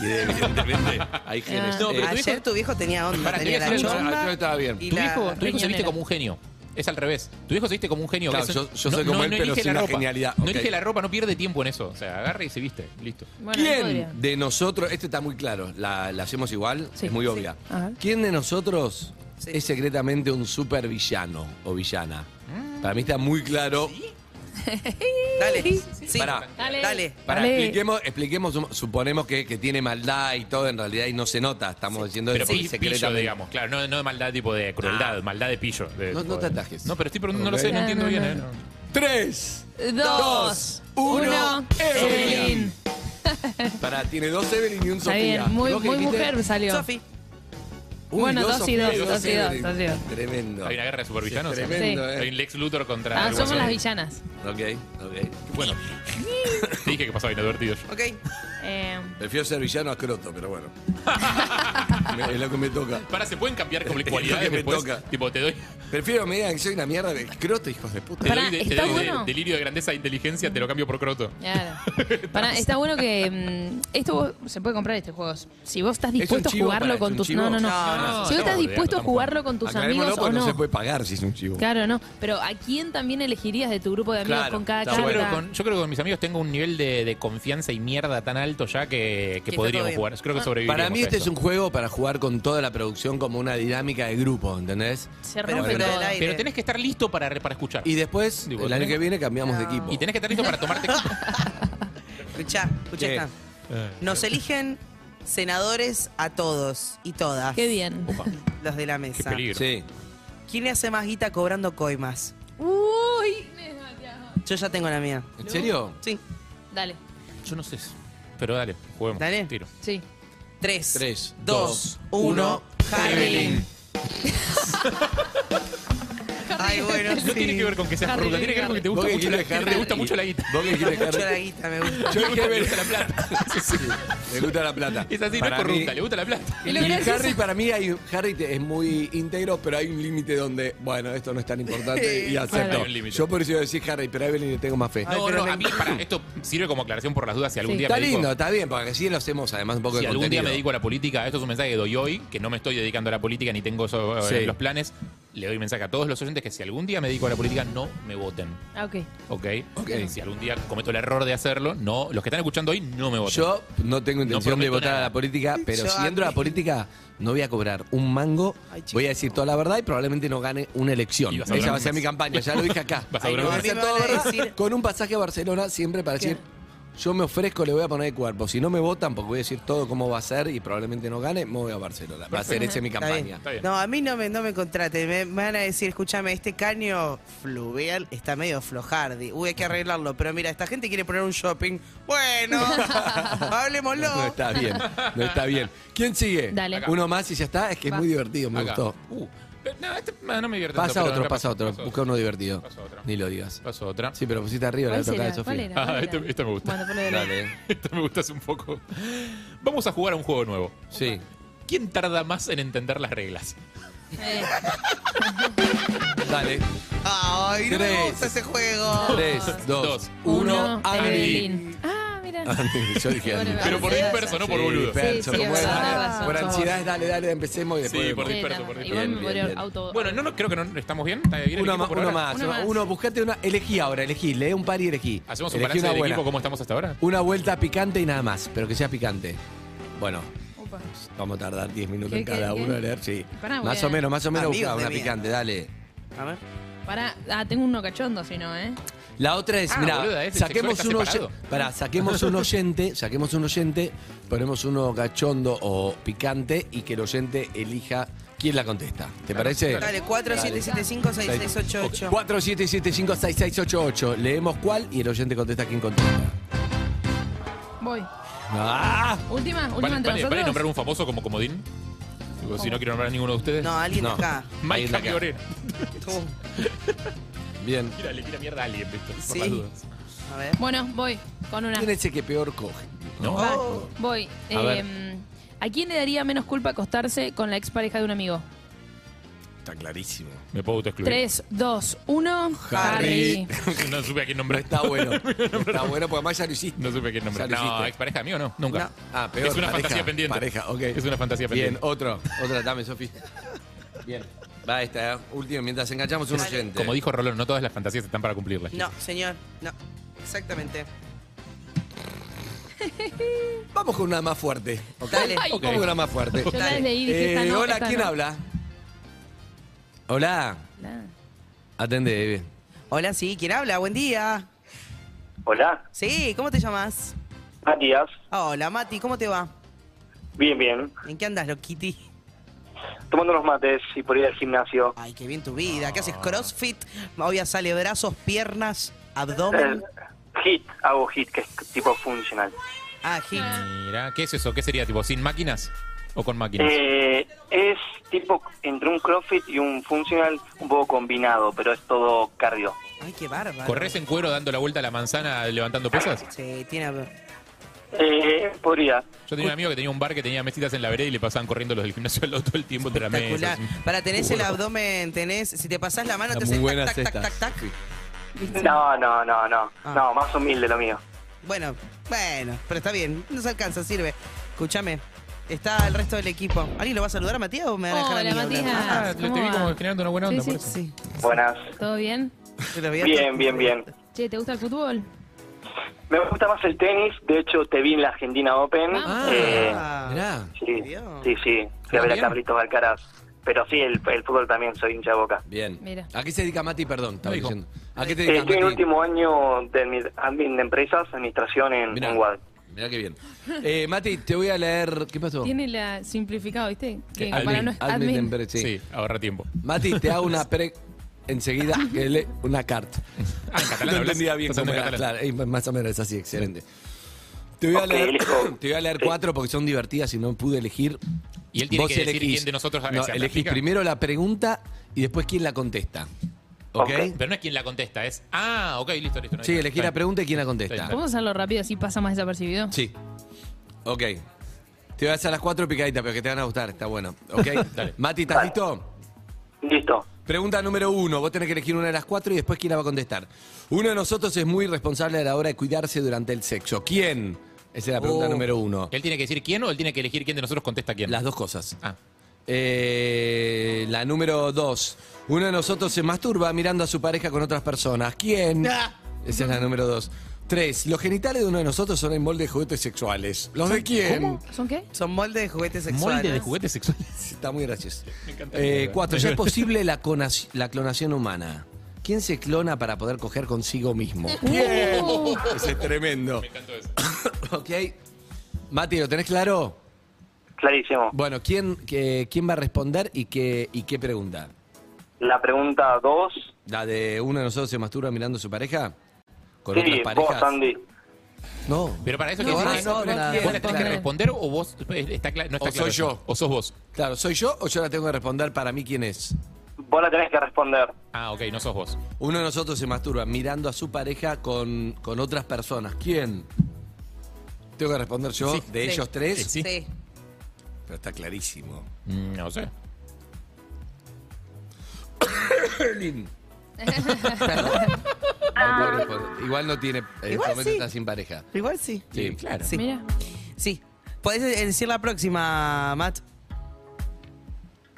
Y evidentemente hay
Ah.
genes. Eh,
No, pero tu
Ayer
hijo-
tu viejo tenía onda.
Pará,
tenía
¿qué
la
decía?
chomba.
Ah, creo que estaba bien.
y
Tu
la-
Oh,
hijo, tu hijo se viste
riñonera.
como un genio. Es al revés. Tu hijo se viste como un genio.
Claro,
Eso es-
yo- yo soy como él, pero
elige
sin
la
la
ropa.
genialidad.
No
Ok.
elige la ropa, no pierde tiempo en eso. O sea, agarra y se viste. Listo.
Bueno, no podría.
¿Quién de nosotros, este está muy claro, la, la hacemos igual,
Sí,
es muy
sí.
obvia.
Ajá.
¿Quién de nosotros
Sí.
es secretamente un supervillano o villana?
Mm.
Para mí está muy claro.
Dale. Sí.
Pará.
Dale.
Dale.
Para,
Dale.
expliquemos, expliquemos, un- suponemos que, que tiene maldad y todo en realidad y no se nota, estamos diciendo
Pero
que
pi- pillo, digamos. Claro, no, no de maldad tipo de crueldad, maldad de pillo. de-
Ah, No- no te atajes.
No, pero estoy preguntando, no lo
Ok.
sé, no
No,
entiendo
no,
bien.
no.
eh, no.
Tres.
Dos, uno,
Eh.
Eh. Evelyn.
Para, tiene dos Evelyn y un
Está
Sofía.
bien, muy,
¿Vos qué
muy
dijiste?
mujer salió.
Sofi.
Uy,
Bueno, dos y
Sofía
dos, dos y dos,
Evelyn.
dos y dos.
Tremendo.
Hay una guerra de supervillanos.
Es
¿no?
Tremendo,
Hay un
eh.
Lex Luthor contra.
Ah,
el
somos las
Guasón.
villanas.
Ok, ok.
Bueno, te dije que pasaba inadvertido yo.
Ok.
Eh,
Prefiero ser villano a croto, pero bueno. Me- es lo que me toca.
Para, ¿se pueden cambiar como
Es lo
cualidades
que me
después?
toca.
Tipo, te doy,
Prefiero me digan que soy una mierda de croto, hijos de puta.
te
Pará,
doy, de- te
¿está
doy de-
bueno?
delirio de grandeza e inteligencia, te lo cambio por croto.
claro. Pará, está bueno que mm, esto vos- se puede comprar este juego. Si vos estás dispuesto a
chivo, pará,
jugarlo
es
con
un
tus
chivo.
no, no, no.
No, no,
Si vos
estamos
estás dispuesto a
boludeando,
jugarlo con tus
Aclarémoslo,
amigos o
porque no se
no.
puede pagar si es un chivo.
Claro, no. Pero ¿a quién también elegirías de tu grupo de amigos
Claro,
con cada
está
Yo
carta?
bueno.
Ah.
creo, que con, yo creo que con mis amigos tengo un nivel de, de confianza y mierda tan alto ya que, que
está todo
podríamos
bien. Ah.
jugar. Yo creo que sobreviviríamos.
Para mí
a
este es
esto.
un juego para jugar con toda la producción como una dinámica de grupo, ¿entendés?
Se
Pero
rompe
fuera
todo.
del aire.
Pero tenés que estar listo para, re- para escuchar.
Y
Y,
después,
Digo,
el año que
tenemos-
viene cambiamos de equipo.
tenés que estar listo para tomarte.
Escuchá, escuchá
¿Qué?
esta.
Eh.
Nos eligen senadores a todos y todas.
Qué bien.
Opa,
Los de la
qué
mesa.
peligro.
Sí.
¿Quién le hace más guita cobrando coimas?
Uy.
Yo ya tengo la mía.
¿En serio?
Sí.
Dale.
Yo no sé. eso. Pero dale, juguemos.
Dale.
Tiro.
Sí.
Tres.
Tres,
Dos.
dos,
uno.
uno.
Harry. Ay, bueno,
No tiene
sí.
que ver con que seas
Harry,
ruda, tiene que ver con que te gusta
Vos que
mucho la
quieres
guita.
Harry
Te gusta
y-
mucho la guita.
¿Vos qué quieres
Mucho
Harry?
la guita, me gusta.
Yo dije
Le
Evelyn.
gusta la plata.
Me gusta la plata.
Es así,
Para
no es corrupta,
mí-
le gusta la plata.
Y
Y,
lo gracioso-
Harry para mí hay, Harry te- es muy íntegro, pero hay un límite donde, bueno, esto no es tan importante y
Claro, hay
acepto.
un límite.
Yo por eso iba a decir Harry, pero a Evelyn le tengo más fe.
Ay,
No,
pero
no,
me
a mí para, esto sirve como aclaración por las dudas si algún
Sí.
día
está
me dedico-
lindo, está bien, porque así lo hacemos además un poco
Si
de
algún día
contenido.
me dedico a la política, esto es un mensaje que doy hoy, que no me estoy dedicando a la política ni tengo eso eh,
Sí.
en los planes. Le doy mensaje a todos los oyentes que si algún día me dedico a la política, no me voten.
Ah, ok.
¿Ok?
Ok.
Si algún día cometo el error de hacerlo, no. Los que están escuchando hoy, no me voten.
Yo no tengo intención de
prometo
votar
nada.
a la política, pero
Yo
si entro a
también.
la política no voy a cobrar un mango,
Ay, chico.
voy a decir toda la verdad y probablemente no gane una elección.
Y vas a
Esa
durar
va a ser
más.
mi campaña, ya lo dije acá.
Vas a
Ay,
durar
no,
más.
voy a hacer
A mí me
todo
van a
verdad,
decir-
con un pasaje a Barcelona siempre para decir, Yo me ofrezco, le voy a poner el cuerpo. Si no me votan, porque voy a decir todo cómo va a ser y probablemente no gane, me voy a Barcelona. Va a ser esa mi
Está bien.
campaña.
No, a mí no me, no me contraten. Me, me van a decir, escúchame, este caño fluvial está medio flojardi. Uy, hay que arreglarlo. Pero mira, esta gente quiere poner un shopping. Bueno, hablemoslo.
No está bien, no está bien. ¿Quién sigue?
Dale. Acá.
Uno más y ya está. Es que
Va.
es muy divertido, me
Acá.
gustó.
Uh, pero no, este, no no me divierte tanto,
Pasa
pero
otro,
acá
pasa otro.
pasó
Busca uno divertido.
Pasó otra.
Ni lo digas.
Pasó otra.
Sí, pero pusiste arriba la
¿Cuál
toca de
será? ¿Cuál
Sofía.
era? Ah, ¿Cuál este- era? este me gusta. Bueno, ponelo de nuevo.
Dale.
Esto me gusta hace un poco. Vamos a jugar a un juego nuevo.
Sí.
¿Quién tarda más en entender las reglas?
Eh,
Dale.
Ay, no me
Tres.
gusta ese juego.
3, 2, 1, Andy.
Ah, mira.
Andy, Yo dije Andy.
Pero por disperso, no por boludo.
Sí, disperso,
Sí, sí,
como
es
era.
verdad, razón,
Por
sos
ansiedad, dale, dale, empecemos y después.
Sí, por
Sí,
disperso,
nada,
por
igual
disperso. Eh,
me podría auto-
Bueno, no, no, creo que no estamos bien. ¿Está bien el
Una,
equipo
ma-
por
una
ahora?
más, una más. Uno, buscate una. Elegí ahora, elegí. Lee un par y elegí.
Hacemos un
Elegí
balance
una
del
buena.
equipo, cómo estamos hasta ahora.
Una vuelta picante y nada más, pero que sea picante. Bueno, vamos a tardar 10 minutos
¿Qué,
en cada
qué, qué?
uno a leer, sí.
Pará, voy
más
a-
o menos, más o menos
Amigos
buscá
de
una
mierda.
picante, dale.
A ver.
Pará, ah, tengo uno cachondo, si no, ¿eh?
La otra es,
Ah,
mirá,
boluda, es el
saquemos un
sexual, está
oyente,
separado.
pará, saquemos un oyente, saquemos un oyente, ponemos uno cachondo o picante y que el oyente elija quién la contesta. ¿Te parece?
Dale, 4775-6688.
47756688. Leemos cuál y el oyente contesta quién contesta.
Voy.
¡Ah!
Última, última
¿Vale,
entre
vale, vale
nosotros.
nombrar un famoso como comodín? Digo, si no quiero nombrar a ninguno de ustedes.
No, alguien de No. acá.
Mike
Alguien de acá.
Capriore.
Bien.
Tírale, tira mierda a alguien, ¿viste? Por
Sí.
las dudas.
A ver.
Bueno, voy con una.
¿Quién es el que peor coge?
No.
Va, voy.
A ver.
Eh, ¿A quién le daría menos culpa acostarse con la expareja de un amigo?
Está clarísimo.
Me puedo autoexcluir.
3, 2, 1.
Harry.
no supe a quién nombrar.
Está bueno. Está bueno porque además ya lo hiciste.
No supe a quién nombrar.
Ya lo
No,
hiciste.
expareja de mí o no? Nunca.
No.
Ah, peor.
Es una
pareja,
fantasía pendiente.
Pareja, ok.
Es una fantasía
Bien,
pendiente.
otro. Otra, dame, Sofi. Bien. Va esta, eh. último, mientras enganchamos un oyente.
Como dijo Rolón, no todas las fantasías están para cumplirlas.
No, señor. No. Exactamente.
Vamos con una más fuerte. ¿ok?
Dale.
Vamos con una más fuerte.
Yo la leí y dije,
Eh,
esta no,
hola,
esta
¿quién
no.
habla? Hola.
Hola.
Atende, bebé.
Hola, sí, ¿quién habla? Buen día.
Hola,
Sí, ¿cómo te llamas?
Matías.
Hola, Mati, ¿cómo te va?
Bien, bien.
¿En qué andas, Loquiti?
Tomando unos mates y por ir al gimnasio.
Ay, qué bien tu vida. ¿Qué haces? ¿Crossfit? Hoy ya sale brazos, piernas, abdomen.
Hit, hago hit, que es tipo funcional.
Ah, hit.
Mira, ¿qué es eso? ¿Qué sería? ¿Tipo sin máquinas o con máquinas?
Eh, es tipo entre un CrossFit y un funcional un poco combinado, pero es todo cardio.
Ay, qué bárbaro.
¿Corres en cuero dando la vuelta a la manzana levantando pesas?
Sí, tiene...
Eh, podría.
Yo tenía un amigo que tenía un bar que tenía mesitas en la vereda y le pasaban corriendo los del gimnasio al lado todo el tiempo entre las mesas.
Espectacular. Para tenés el abdomen, tenés... Si te pasás la mano, te haces tac, tac, tac, tac, tac.
No, no, no, no.
Ah.
No, más humilde lo mío.
Bueno, bueno, pero está bien. Nos alcanza, sirve. Escúchame. Está el resto del equipo. ¿Alguien lo va a saludar a Matías o me van a dejar a
Hola,
mí
Matías.
hablar?
Ah, lo te vi como generando una buena
Sí,
onda.
sí.
por eso.
Buenas.
¿Todo bien?
Bien, bien, bien.
Che, ¿te gusta el fútbol?
Me gusta más el tenis. De hecho, te vi en la Argentina Open. Eh,
Ah, Mirá.
Sí, sí, sí. Fui a ver a Carlitos Alcaraz. Pero sí, el, el fútbol también soy hincha de boca.
Bien. ¿A qué se dedica Mati? Perdón, estaba diciendo. ¿A qué te
Eh,
dedicas,
estoy en
Mati?
último año de mi- admin de empresas, administración en, en UAD.
Mirá qué bien. Eh, Mati, te voy a leer. ¿Qué pasó?
Tiene la simplificado, ¿viste? Que
Admin,
para no es
admin de
admin.
empresa, sí.
ahorra tiempo.
Mati, te hago una pre. Enseguida, que le una carta.
Ah, catalán hablas.
no entendía bien
Estás
cómo era,
hablando en
claro, eh, Más o menos es así, excelente. Te voy a
Ok,
leer,
elijo.
te voy a leer cuatro porque son divertidas y no pude elegir.
Y él tiene
Vos
que decir
elegís-
quién de nosotros
no,
se
elegís
aplica.
primero la pregunta y después quién la contesta. ¿Ok?
Pero no es quien la contesta, es. Ah, ok, listo, listo. no,
Sí,
listo.
elegí la pregunta y quién la contesta.
¿Podemos hacerlo rápido así pasa más desapercibido?
Sí. Ok. Te voy a hacer las cuatro picaditas, pero que te van a gustar, está bueno. ¿Ok?
Dale.
Mati, ¿estás listo?
Listo.
Pregunta número uno. Vos tenés que elegir una de las cuatro y después quién la va a contestar. Uno de nosotros es muy responsable a la hora de cuidarse durante el sexo. ¿Quién? Esa es la pregunta
Oh.
número uno.
¿Él tiene que decir quién o él tiene que elegir quién de nosotros contesta quién?
Las dos cosas.
Ah.
Eh, la número dos. Uno de nosotros se masturba mirando a su pareja con otras personas. ¿Quién? Esa es la número dos. Tres. Los genitales de uno de nosotros son en molde de juguetes sexuales. ¿Los de quién?
¿Son qué?
Son moldes de juguetes sexuales.
Molde de
juguetes sexuales.
Está muy gracioso.
encanta.
Eh, cuatro, ya es posible la, conaci- la clonación humana. ¿Quién se clona para poder coger consigo mismo?
Bien.
Ese es tremendo.
Me encantó eso.
Ok. Mati, ¿lo tenés claro?
Clarísimo.
Bueno, ¿quién, qué- quién va a responder y qué, y qué pregunta?
La pregunta 2.
¿La de uno de nosotros se masturba mirando a su pareja? ¿Con otras
Sí, vos,
parejas?
Andy.
No.
Pero para eso
No,
que
no,
decir,
no,
¿vos
no,
la
no,
tenés que
claro.
responder o vos eh, está cla- no está
o
claro
soy
eso.
yo. O sos vos. Claro, ¿soy yo o yo la tengo que responder para mí quién es?
Vos la tenés que responder.
Ah, ok, no sos vos.
Uno de nosotros se masturba mirando a su pareja con, con otras personas. ¿Quién? ¿Tengo que responder yo?
Sí.
¿De
Sí.
ellos tres?
Sí.
Pero está clarísimo.
Mm, No sé.
Lin.
Ah,
No puede responder. Igual no tiene. En este
Igual
momento
sí.
está sin pareja.
Igual sí.
Sí, claro.
Sí. Sí. ¿Podés eh, decir la próxima, Matt?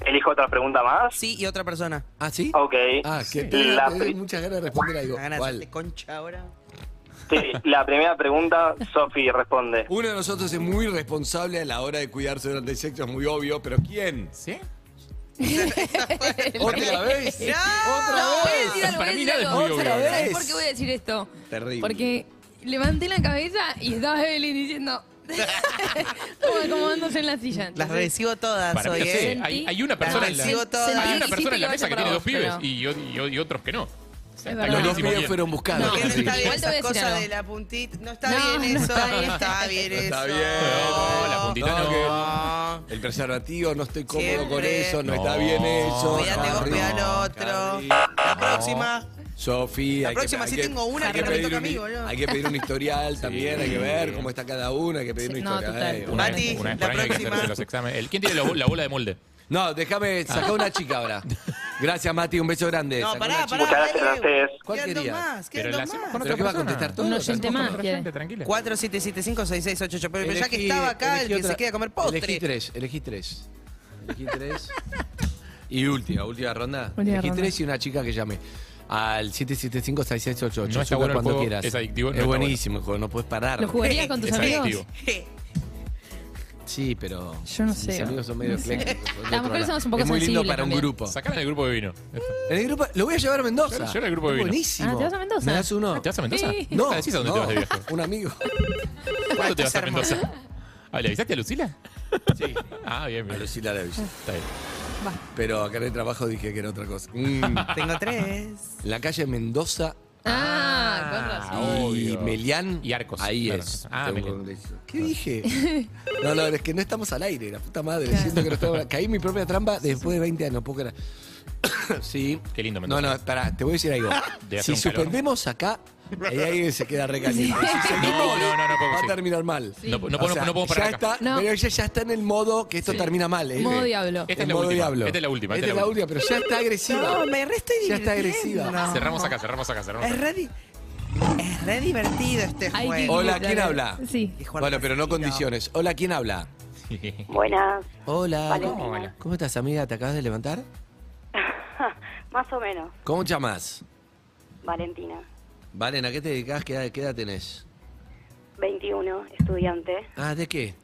¿Elijo otra pregunta más?
Sí, y otra persona.
¿Ah, sí?
Ok.
Ah, qué
La
pena,
pri-
muchas ganas de responder algo.
Ganas
¿Cuál?
de concha ahora.
Sí, la primera pregunta, Sofi responde.
Uno de nosotros es muy responsable a la hora de cuidarse durante el sexo, es muy obvio, pero ¿quién?
¿Sí?
¿Otra vez?
No,
¿Otra
no, voy a
vez?
decir algo,
Para
voy a
mí
decir
nada es
algo.
muy obvio. ¿eh?
Otra
¿Sabés
vez.
por qué voy a decir esto?
Terrible.
Porque levanté la cabeza y estaba Evelyn diciendo. como acomodándose en la silla.
Las recibo todas
Para mí,
hoy,
no sé.
¿eh?
Hay, hay una persona en la,
Recibo todas.
hay una
Sentí
persona en la
que
mesa que
iba a
tiene
ser
dos pibes
para vos,
y, y- y- y otros que no.
Es
Los
verdad.
dos medios
bien.
fueron buscados.
Porque no
Sí.
está bien
Igual te
esa
voy a decir
cosa
algo.
de la puntita. No está
No,
bien
no
eso.
está
No
bien.
está bien
No
eso.
está bien.
No, la puntita no.
que El preservativo, no estoy cómodo con
Siempre.
eso, no,
No.
está bien eso.
Cuídate vos,
Carly,
cuida al otro.
Carly.
La próxima.
Sofía.
La
hay
próxima
hay
sí tengo una
hay
que me
pedir
toca a
un-
mí, boludo.
Hay que pedir un historial también, hay que ver cómo está cada una, hay que pedir un
Sí, no,
historial.
total.
eh,
Ay,
Eh, Una
bueno.
Mati,
vez, una vez
la
por año hay que
próxima.
hacerse los exámenes. El- ¿Quién tiene la, la bola de molde?
No, déjame, saca una chica ahora. Gracias, Mati, un beso grande.
No,
Sacá
pará,
una chica.
pará.
Muchas gracias a
dale.
ustedes.
¿Cuál
Quedan dos
querías?
más, quedan
Pero la
dos
hacemos
más.
con
Pero
otra
que va a
persona.
contestar todo.
Un
¿sabes?
oyente más,
Otra
queda.
gente, tranquila.
47756688. Pero ya que
Elegí-
estaba acá, el
elegí
que
otra-
se queda a comer
Elegí
postre.
tres, elegí tres. Elegí tres. Y última, última ronda.
Última
elegí
ronda.
tres y una chica que llame. Al 775-6688.
No está
Súper
bueno el
cuando
juego,
quieras.
es adictivo, no
es
está
buenísimo el juego, no puedes parar.
¿Lo jugarías con tus
Es
amigos?
adictivo.
Sí, pero.
Yo no sé.
Mis amigos son medio
No sé.
eclécticos. son de
Las
otro
mujeres
lado.
somos un poco
Es muy lindo
sensibles
para un
también.
grupo.
Sacala del grupo de vino.
En el grupo. Lo voy a llevar a Mendoza.
Yo- yo en el grupo de
Es
vino.
Buenísimo.
Ah, ¿te vas a Mendoza?
¿Me das uno?
¿Te vas a Mendoza?
Sí.
No. ¿Te decís a dónde te vas de viaje?
Un amigo.
¿Cuándo te vas a
hermoso.
Mendoza? Ah, ¿Le avisaste a Lucila?
Sí.
Ah, bien,
A
bien.
Lucila la avisé.
Está bien.
Pero acá en el trabajo dije que era otra cosa. Mm.
Tengo tres.
La calle Mendoza
Ah, con razón.
y
obvio.
Melián.
Y Arcos,
Ahí
claro.
es.
Ah,
Tengo
Melián.
un lejito. ¿Qué dije? No, no, es que no estamos al aire, la puta madre. Siento que no estamos- Caí en mi propia trampa después de 20 años. Puedo creer. sí.
Qué lindo
No,
Mendoza.
no, pará, te voy a decir algo.
Debe hacer
Si
un calor.
suspendemos acá, ahí alguien se queda re caliente. Si seguimos,
No, no, no, no podemos
va a
seguir.
terminar mal.
No, no,
O
podemos-
sea,
no podemos parar
ya
acá.
está,
No.
Pero ella ya está en el modo que esto termina mal. ¿eh?
Modo diablo.
Esta
En
es la
modo
última.
diablo.
Esta es la última.
Esta es la última, pero ya está agresiva.
No, me resto y
Ya está agresiva.
Cerramos acá, cerramos acá, cerramos
Es
acá.
re, di- es re divertido este
Ah,
Hay que-
juego.
Hola,
Otra
¿quién
vez.
habla?
Sí.
Y jugar
Bueno, pero no
casino.
condiciones. Hola, ¿quién habla?
Buenas,
Hola.
Valentina.
Hola. ¿Cómo estás, amiga? ¿Te acabas de levantar?
más o menos,
¿Cómo te llamas?
Valentina.
Valen, ¿a qué te dedicas? ¿Qué, edad- qué edad tenés?
21, estudiante,
Ah, ¿de qué?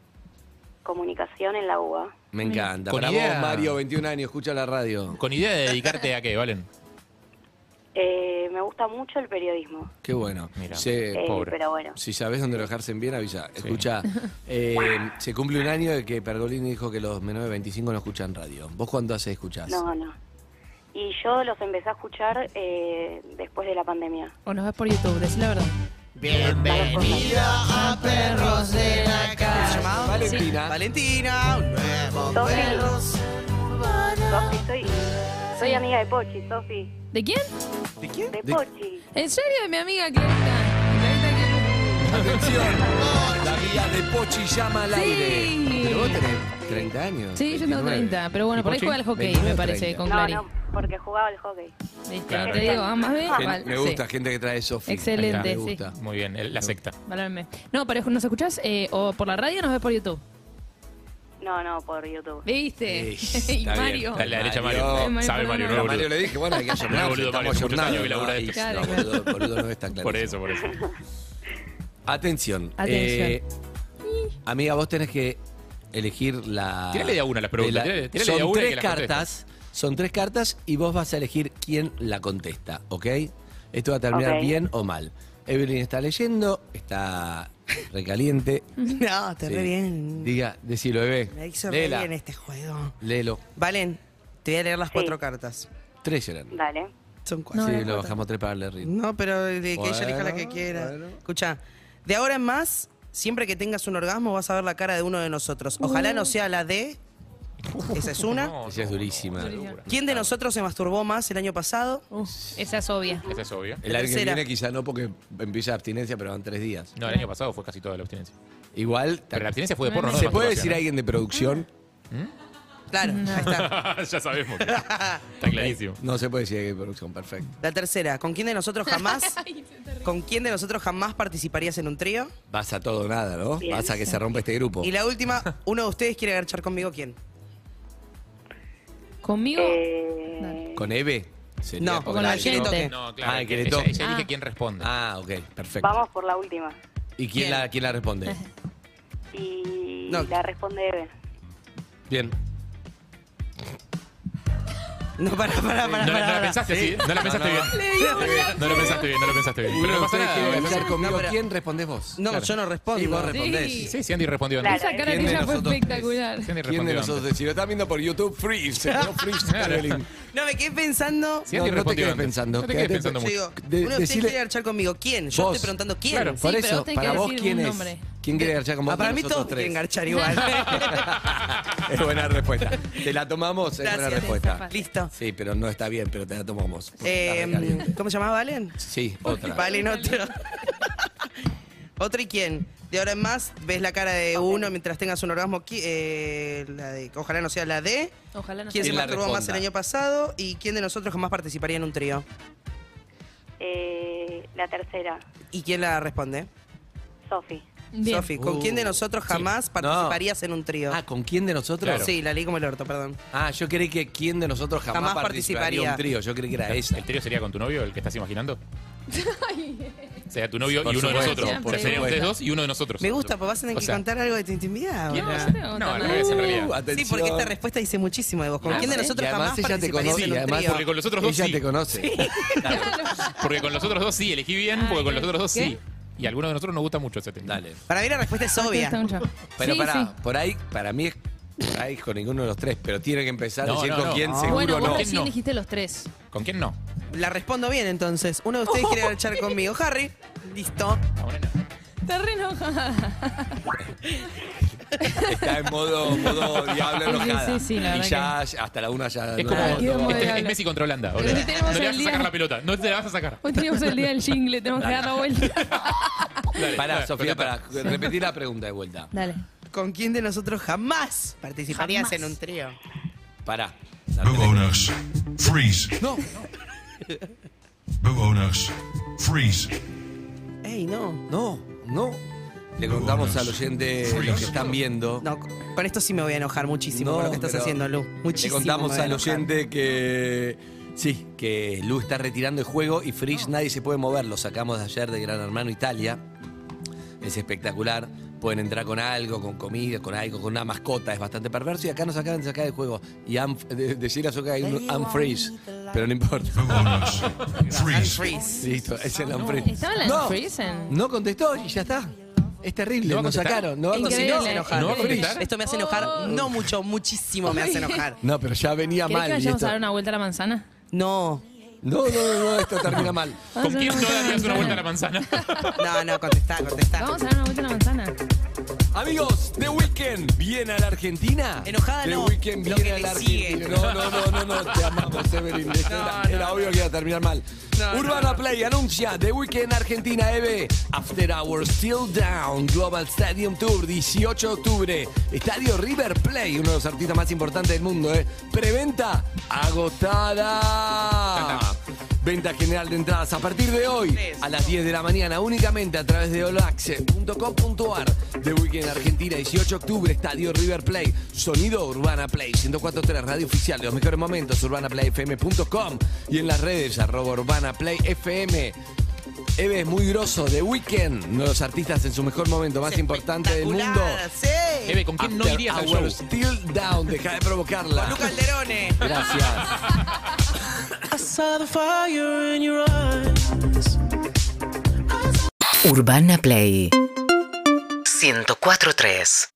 comunicación en la UBA.
Me encanta.
Con
Para
idea.
vos, Mario, 21 años, escucha la radio.
¿Con idea de dedicarte a qué, Valen?
Eh, me gusta mucho el periodismo,
Qué bueno.
Mira.
Se-
eh,
pobre.
pero bueno,
Si sabés dónde alojarse en bien, avisa. Escucha, eh, se cumple un año de que Pergolini dijo que los menores de 25 no escuchan radio. ¿Vos cuándo haces escuchás?
no, no. Y yo los empecé a escuchar eh, después de la pandemia.
O nos ves por YouTube, decí la verdad.
Bienvenida a Perros de la Calle. ¿Se llamaba?
Ah, Valentina.
Valentina, un nuevo
Sofi.
perros.
Sofi, soy, soy amiga de Pochi, Sofi.
¿De quién?
¿De quién?
De Pochi.
¿En serio? De mi amiga Clarita. Clarita
Atención, la vida de Pochi llama al
Sí.
aire. Pero vos tenés 30
que...
años.
Sí, yo tengo
29.
30, pero bueno,
¿Y
por ahí
Pochi?
juega al hockey,
29,
me parece,
30.
con
No,
Clary.
no, porque jugaba al hockey.
¿Viste?
Claro,
Te
ahí
digo,
está.
ah, más bien.
Gen-
vale,
Me
sí.
gusta, gente que trae Sofi.
Excelente,
Me
sí.
gusta.
pues.
Muy bien, el- la secta.
Valórame. No, pero nos escuchás eh, o por la radio o nos ves por YouTube.
No, no, por YouTube.
¿Viste?
Está
y
bien,
Mario.
Dale la derecha,
Mario.
Mario.
Mario,
Sabe
perdón,
Mario,
no.
no,
A
boludo.
Mario le dije, bueno, hay que ayornar,
No, boludo,
estamos
Mario, hace muchos
ayornados,
años que labura
¿no?
de esto.
Ay,
Claro,
no,
claro.
boludo, boludo, no es tan claro.
Por eso, por eso.
Atención.
Atención.
eh, amiga, vos tenés que elegir la.
Tirale de a una las preguntas,
Ah.
tirale-
de
tirale
son
de a una y
tres
que las
cartas. Son tres cartas y vos vas a elegir quién la contesta, ¿ok? Esto va a terminar
Ok.
bien o mal. Evelyn está leyendo, está recaliente.
No, te re
Sí.
bien.
Diga, decilo, bebé.
La hizo re
Léela,
bien este juego.
léelo.
Valen, te voy a leer las cuatro cartas.
Tres eran.
Dale. Son cuatro.
sí, lo bajamos tres para darle ritmo.
No, pero de- que ella elija la que
Bueno,
quiera. Escucha, de ahora en más, siempre que tengas un orgasmo vas a ver la cara de uno de nosotros. Ojalá no sea la de. Esa es una.
Esa es durísima.
¿Quién de nosotros se masturbó más el año pasado?
esa es obvia.
Esa es obvia.
El año que
tercera.
viene quizá no porque empieza abstinencia, pero van tres días.
No, el año pasado fue casi toda la abstinencia.
Igual.
Pero la abstinencia fue de porno, no
¿Se
de
puede
masturbación,
decir
¿eh?
alguien de producción?
Claro, ahí está.
ya sabemos. que- Está clarísimo.
No se puede decir alguien de producción, perfecto.
La tercera, ¿con quién de nosotros jamás? ¿Con quién de nosotros jamás participarías en un trío?
Vas a todo o nada, ¿no?
Bien.
Vas a que se rompa este grupo.
Y la última, uno de ustedes quiere agarchar conmigo quién?
¿Conmigo?
¿Con Eve? Sería
No,
por
con la
ahí, ¿no?
oyente.
No, claro,
Ah, el que le
ella-
toque.
ella elige quién responde.
Ah, ok, perfecto.
Vamos por la última.
¿Y quién, La, quién la responde?
Y
No.
la responde Eve.
Bien.
No, para, para, para.
No, la- no la pensaste así, no la pensaste bien. No lo pensaste bien, no lo pensaste bien. Pero no pasa nada.
quiere
bueno,
luchar
no-
conmigo?
no, pero-
¿Quién respondés vos?
No, yo no respondo.
Y vos
Sí.
respondés.
Sí, sí, Andy respondió.
Esa cara que
¿Quién de
ella fue
nosotros-
espectacular.
Andy
¿Quién de
respondió antes.
nosotros? Si lo están viendo por YouTube, Freeze. Se quedó Freeze, Evelyn.
No, me quedé pensando.
Sí,
no,
Andy
no te
respondió
quedes
antes.
pensando.
No te quedes
Quédate-
pensando
Yo
mucho.
digo,
de-
uno de ustedes
Eh, decile-
quiere agarchar conmigo quién? Yo
Vos.
estoy preguntando quién.
Claro, por
pero
eso,
vos tenés
para
que
vos,
decir
¿quién
un
es?
nombre.
¿Quién quiere garchar con vos?
Ah, para
de
mí
nosotros
todos quieren
tres?
garchar igual.
Es buena respuesta. Te la tomamos, es buena
Gracias.
respuesta.
Listo.
Sí, pero no está bien, pero te la tomamos.
Eh, ¿Cómo se llamaba Valen?
Sí, otra.
Valen otro. ¿Otro y quién? De ahora en más, ves la cara de uno mientras tengas un orgasmo. qui- eh, la de- ojalá no sea la de.
Ojalá no
¿Quién se
sea.
la
masturbó más el
responda.
año pasado? ¿Y quién de nosotros jamás participaría en un trío?
Eh, la tercera,
¿Y quién la responde?
Sofi.
Bien.
Sofi, ¿con
Uh,
quién de nosotros jamás participarías en un trío?
Ah, ¿con quién de nosotros?
Sí, la leí como el orto, perdón.
Ah, yo creí que quién de nosotros jamás,
Jamás
participaría en un
participaría.
trío. Yo creí que era esa.
¿El trío sería con tu novio, el que estás imaginando? O sea, tu novio
Por
y uno de
supuesto,
nosotros.
por
O sea, serían
supuesto.
ustedes dos y uno de nosotros.
Me gusta, pues vas a tener
O
que
sea,
contar algo de tu intimidad
este No,
ahora.
yo te hago
No, al
nada.
revés, en realidad.
Sí, porque esta respuesta dice muchísimo de vos. ¿Con
Ah,
quién de
sí.
nosotros
Uh, Y además
jamás
ella te
participarías
conoce.
en
y
un
además,
trío?
Porque con los otros dos
ella
sí.
te conoce.
Porque con los otros dos sí, elegí bien, porque con los otros dos sí. Y algunos de nosotros nos gusta mucho ese tema.
Dale.
Para mí la respuesta es
Te gusta
obvia.
mucho.
Pero
Sí,
pará,
sí.
por ahí, para mí es por ahí con ninguno de los tres, pero tiene que empezar
No,
a decir
no,
con
no.
quién
Ah.
seguro
Bueno,
no.
vos
¿Quién
recién
no?
dijiste los tres.
¿Con quién no?
La respondo bien entonces. Uno de ustedes quiere echar conmigo. Harry, listo.
Ah, bueno, no.
Está re enojada.
Está en modo, modo diablo
Sí, sí,
enojada.
sí, sí, la
y
verdad
ya hasta la una ya.
Es
no-
como.
Ah, qué
este-
modelo.
es Messi contra Holanda.
Pero
boludo.
si tenemos
no le
el
vas a sacar
día-
la pelota. No te la vas a sacar.
Hoy teníamos el día del jingle, tenemos que dar la vuelta.
Dale,
Pará,
dale,
Sofía,
pelota.
para repetir Ah, la pregunta de vuelta.
Dale.
¿Con quién de nosotros jamás participarías en un trío?
Pará.
Bewoners, freeze.
No,
Bewoners, freeze.
Ey, no.
no, no. Le contamos al oyente lo que están viendo.
No, con esto sí me voy a enojar muchísimo
No,
con lo que estás
pero
haciendo, Lu.
Le
Muchísimo. me
contamos
voy a
al
enojar.
oyente que. Sí, que Lu está retirando el juego y Frisch nadie se puede mover. Lo sacamos de ayer de Gran Hermano Italia. Es espectacular. Pueden entrar con algo, con comida, con algo, con una mascota. Es bastante perverso. Y acá nos acaban de sacar el juego. Y I'm- de- decir a Soca que hay un unfreeze. Pero no importa.
Bewoners, freeze.
Freeze.
Listo, es el unfreeze.
¿Estaba la
No,
Unfreeze?
No contestó y ya está. Es terrible.
¿No va a
nos
contestar?
sacaron. No va a
Esto sí
Increíble.
me
contestar.
hace enojar.
¿No va a contestar?
Esto me hace enojar, no mucho, muchísimo me hace enojar.
No, pero ya venía
¿Querés que
mal. y
vayamos
esto-
a dar una vuelta a la manzana?
No,
No, no, no, no, esto termina mal.
¿Con quién no darías una vuelta a la manzana?
no, no, contestá, contestá.
Vamos a dar una vuelta a la manzana.
Amigos, The Weeknd viene a la Argentina.
Enojada
The
no,
Weeknd
lo
viene
que
a la
le sigue.
Argentina. No, no, no, no, no, te amamos, Evelyn. Esto era,
No,
era
no.
obvio que iba a terminar mal.
No,
Urbana
no, no.
Play anuncia The Weeknd Argentina EB. After Hours Still Down Global Stadium Tour, 18 de octubre. Estadio River Play, uno de los artistas más importantes del mundo, ¿eh? Preventa agotada. Venta general de entradas a partir de hoy a las 10 de la mañana únicamente a través de olaxe.com.ar. The Weekend Argentina, 18 de octubre, Estadio River Play. Sonido Urbana Play, 104.3, radio oficial de los mejores momentos, urbanaplayfm.com y en las redes, arroba urbanaplayfm. Eve es muy grosso, The Weekend, uno de los artistas en su mejor momento, más importante del mundo.
Espectacular, sí.
Eve, ¿con quién no
After
irías al
Hours
show?
Still down, deja de provocarla.
Luca Alderone.
Gracias.
Urbana Play
1043.